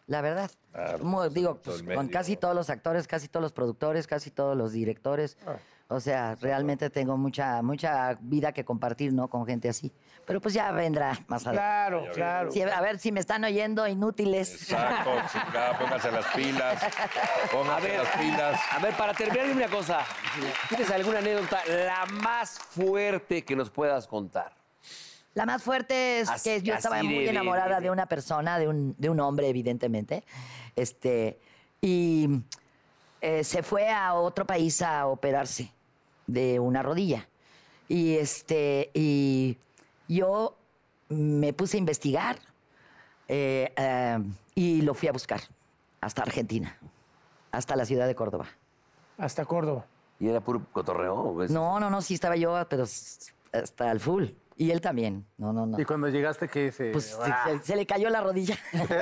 S8: La verdad.
S4: Claro,
S8: Mu-
S4: pues,
S8: digo,
S4: todo
S8: pues,
S4: el
S8: con
S4: medio.
S8: casi todos los actores, casi todos los productores, casi todos los directores.
S4: Ah.
S8: O sea, realmente tengo mucha mucha vida que compartir, ¿no? Con gente así. Pero pues ya vendrá más adelante.
S1: Claro, claro.
S8: Sí, a ver si me están oyendo inútiles.
S4: Exacto, chingada, pónganse las pilas. Pónganse las pilas.
S6: A ver, para terminar, dime una cosa. ¿Tienes alguna anécdota la más fuerte que nos puedas contar?
S8: La más fuerte es
S6: Así-
S8: que yo estaba
S6: así de-
S8: muy
S6: de-
S8: enamorada
S6: de-
S8: de una persona, de un, de un hombre, evidentemente. Este, y eh, se fue a otro país a operarse de una rodilla. Y este, y yo me puse a investigar eh, eh, y lo fui a buscar hasta Argentina, hasta la ciudad de Córdoba.
S1: Hasta Córdoba.
S6: ¿Y era puro cotorreo?
S3: pues
S6: ¿ves?
S8: No, no, no, sí estaba yo, pero s- hasta el full. Y él también. No, no, no.
S10: Y cuando llegaste, ¿qué Ah. se...?
S8: Pues se, se- se le cayó
S10: [LAUGHS]
S8: la rodilla. [LAUGHS]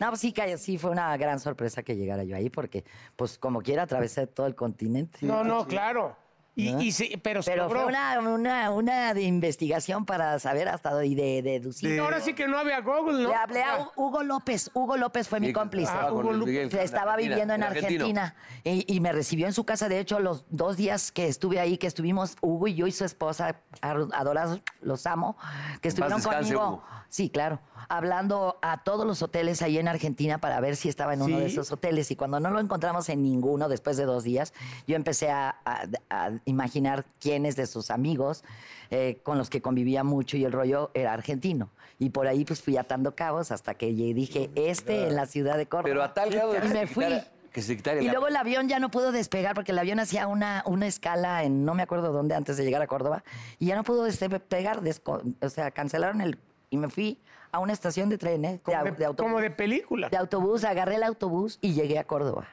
S8: no, pues sí, ca- sí, fue una gran sorpresa que llegara yo ahí, porque, pues, como quiera, atravesé todo el continente.
S1: No, no, claro. Y,
S8: ¿Ah?
S1: y sí, pero se
S8: Pero
S1: logró.
S8: fue una, una, una de investigación para saber hasta dónde- y de, deducir.
S1: Y Ahora sí que no había Google, ¿no?
S8: Le hablé a Hu- Hugo López. Hugo López fue mi cómplice.
S1: Ah, Hugo Lu-
S8: Que estaba viviendo en Argentina y, y me recibió en su casa. De hecho, los dos días que estuve ahí, que estuvimos Hugo y yo y su esposa, ar- adorados, los amo, que estuvieron
S6: descanse,
S8: conmigo.
S6: Hugo.
S8: Sí, claro. Hablando a todos los hoteles ahí en Argentina para ver si estaba en uno de
S1: Sí.
S8: esos hoteles. Y cuando no lo encontramos en ninguno después de dos días, yo empecé a, a- a imaginar quiénes de sus amigos eh, con los que convivía mucho y el rollo era argentino. Y por ahí pues fui atando cabos hasta que llegué- dije, este en la ciudad de Córdoba.
S6: Mm, Pero a tal grado de
S8: Y
S6: que
S8: me
S6: se
S8: fui.
S6: quitara- que se quitara
S8: Y
S6: la-
S8: luego el avión ya no pudo despegar porque el avión hacía una, una escala en no me acuerdo dónde antes de llegar a Córdoba y ya no pudo despegar, desco- o sea, cancelaron el... Y me fui a una estación de trenes, de,
S1: como,
S8: au-
S1: de,
S8: de autobús,
S1: como de película.
S8: de autobús, agarré el autobús y llegué a Córdoba.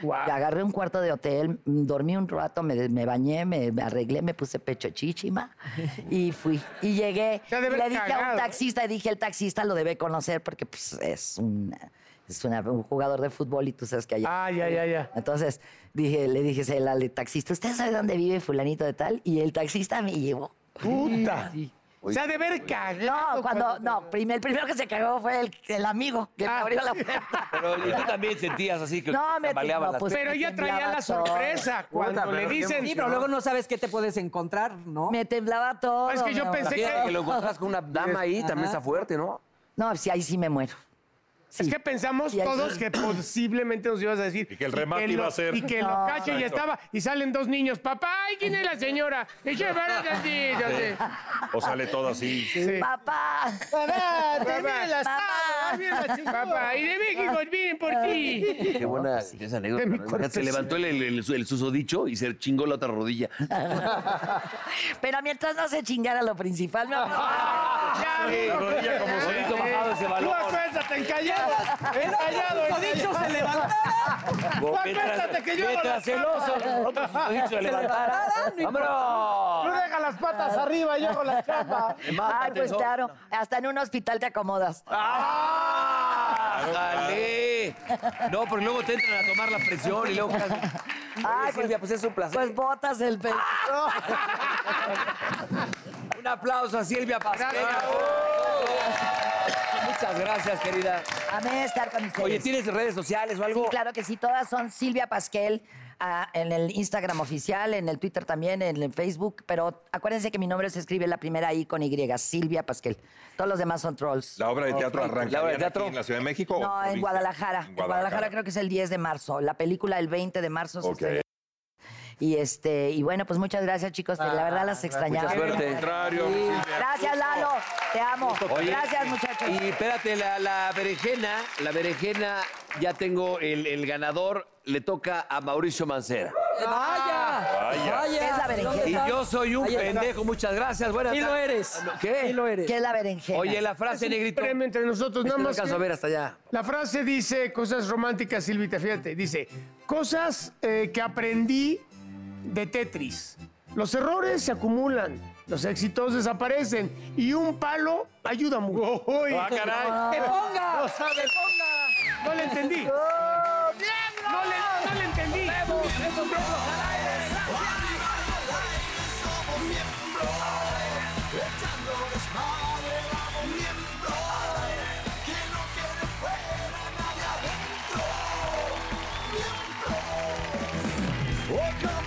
S1: Guau.
S8: Agarré un cuarto de hotel, mm, dormí un rato, me, me bañé, me, me arreglé, me puse pecho chichima y fui. Y llegué,
S1: [LAUGHS] Se ha de
S8: y
S1: haber
S8: le dije a
S1: cagado,
S8: un
S1: ¿eh?
S8: taxista, y dije, el taxista lo debe conocer porque pues, es, una- es una- un jugador de fútbol y tú sabes que allá...
S1: Ah, ya, ya, ya.
S8: Entonces dije, le dije se- al taxista, ¿usted sabe dónde vive fulanito de tal? Y el taxista me llevó.
S1: Puta. Se ha de haber
S8: No,
S1: cagado.
S8: cuando, no, prim- el primero que se cagó fue el, el amigo que me
S1: Ah.
S8: abrió la puerta.
S6: Pero y
S8: [LAUGHS]
S6: tú también sentías así que
S8: No, me-
S6: tambaleaban
S8: no,
S6: las
S8: pues,
S1: Pero
S8: me
S1: ella traía
S8: temblaba
S1: la
S8: todo.
S1: sorpresa cuando
S10: pero
S1: le
S10: qué
S1: dicen.
S2: Sí, pero luego no sabes qué te puedes encontrar, ¿no?
S8: Me temblaba todo.
S1: Es que yo
S8: me-
S1: pensé
S6: piernas.
S1: que-
S6: Que lo encontrás con una dama ahí, también está fuerte, ¿no?
S8: No, sí, ahí sí me muero.
S1: Es que pensamos
S8: Sí, ahí
S1: todos
S8: sí.
S1: que posiblemente nos ibas a decir.
S4: Y que el remate iba
S1: lo-
S4: a ser.
S1: Y que lo
S8: No.
S1: cacho y estaba. Y salen dos niños. Papá, ¿y quién es la señora? Y yo, "Bueno,
S4: [LAUGHS]
S1: sí, yo sé".
S4: O sale todo así.
S1: Sí.
S8: Papá.
S1: Papá,
S8: Papá.
S1: termina el asado,
S8: Papá.
S1: va bien la señora. Papá, y de México vienen por ti.
S6: Qué buena esa anécdota.
S1: De pues, mi
S6: ¿no?
S1: cuerpo,
S6: Imagínate, Se
S1: sí.
S6: levantó el, el, el su- el susodicho y se chingó la otra rodilla.
S8: [LAUGHS] Pero mientras no se chingara lo principal, mi amor.
S1: Ya, amigo,
S4: rodilla como
S1: ya,
S6: solito
S1: ya.
S6: bajado ese balón.
S1: Tú acuéstate encallado. Encallado,
S2: dicho
S1: encallado.
S2: se levantara.
S6: Vos,
S1: acuéstate que yo hago
S6: mientras pues,
S1: las
S6: el oso, otro susodicho se levantara.
S1: Tú
S6: ¡Vámonos!
S1: deja las patas arriba y yo hago la chapa.
S8: Ay,
S3: Ah.
S8: pues claro, hasta en un hospital te acomodas.
S6: ¡Ah! ¡Ándale!
S3: Oye, no, porque luego te entran a tomar la presión y luego. Ay,
S8: Ay,
S3: Silvia, pues es un placer.
S8: Pues botas el pelo.
S3: [LAUGHS] Un aplauso a Silvia Pasquel. Muchas gracias, querida.
S8: Amé estar con ustedes.
S3: Oye, ¿tienes redes sociales o algo?
S8: Sí, claro que sí, todas son Silvia Pasquel ah, en el Instagram oficial, en el Twitter también, en el Facebook, pero acuérdense que mi nombre se escribe la primera I con Y, Silvia Pasquel. Todos los demás son trolls.
S4: La obra de teatro arranca.
S3: La obra de teatro.
S4: en la Ciudad de México. o
S8: No, en
S4: provincia?
S8: Guadalajara. En Guadalajara creo que es el 10 de marzo. La película el 20 de marzo. se
S4: Ok.
S8: estrena. Y este, y bueno, pues muchas gracias, chicos. que la
S3: Ah,
S8: verdad las extrañaba.
S3: Mucha suerte.
S4: Al contrario, Silvia,
S8: Gracias, Lalo. Te amo.
S3: Oye,
S8: gracias, muchachos.
S3: Y espérate, la, la berenjena, la berenjena, ya tengo el, el ganador, le toca a Mauricio Mancera.
S2: ¡Vaya!
S4: Vaya.
S2: ¡Vaya!
S8: Es la berenjena.
S2: ¿Dónde
S3: Y
S2: estás?
S3: yo soy un
S2: Ahí está.
S3: pendejo, muchas gracias, buenas
S2: Sí lo
S3: tardes.
S2: eres.
S3: ¿Qué?
S2: Sí lo eres.
S8: ¿Qué es la berenjena?
S3: Oye, la frase, negrito. Este
S1: Premio entre nosotros,
S3: No
S1: nada
S3: me
S1: más.
S3: alcanzo
S1: que-
S3: a ver hasta allá.
S1: La frase dice cosas románticas, Silvita, fíjate. Dice, cosas eh, que aprendí de Tetris. Los errores se acumulan, los éxitos desaparecen y un palo ayuda mucho.
S4: ¡Ah,
S6: [LAUGHS]
S4: caray!
S1: ¡Que ponga! ¡No sabe! ponga! No le entendí. No le, no le entendí.
S12: Oh, God.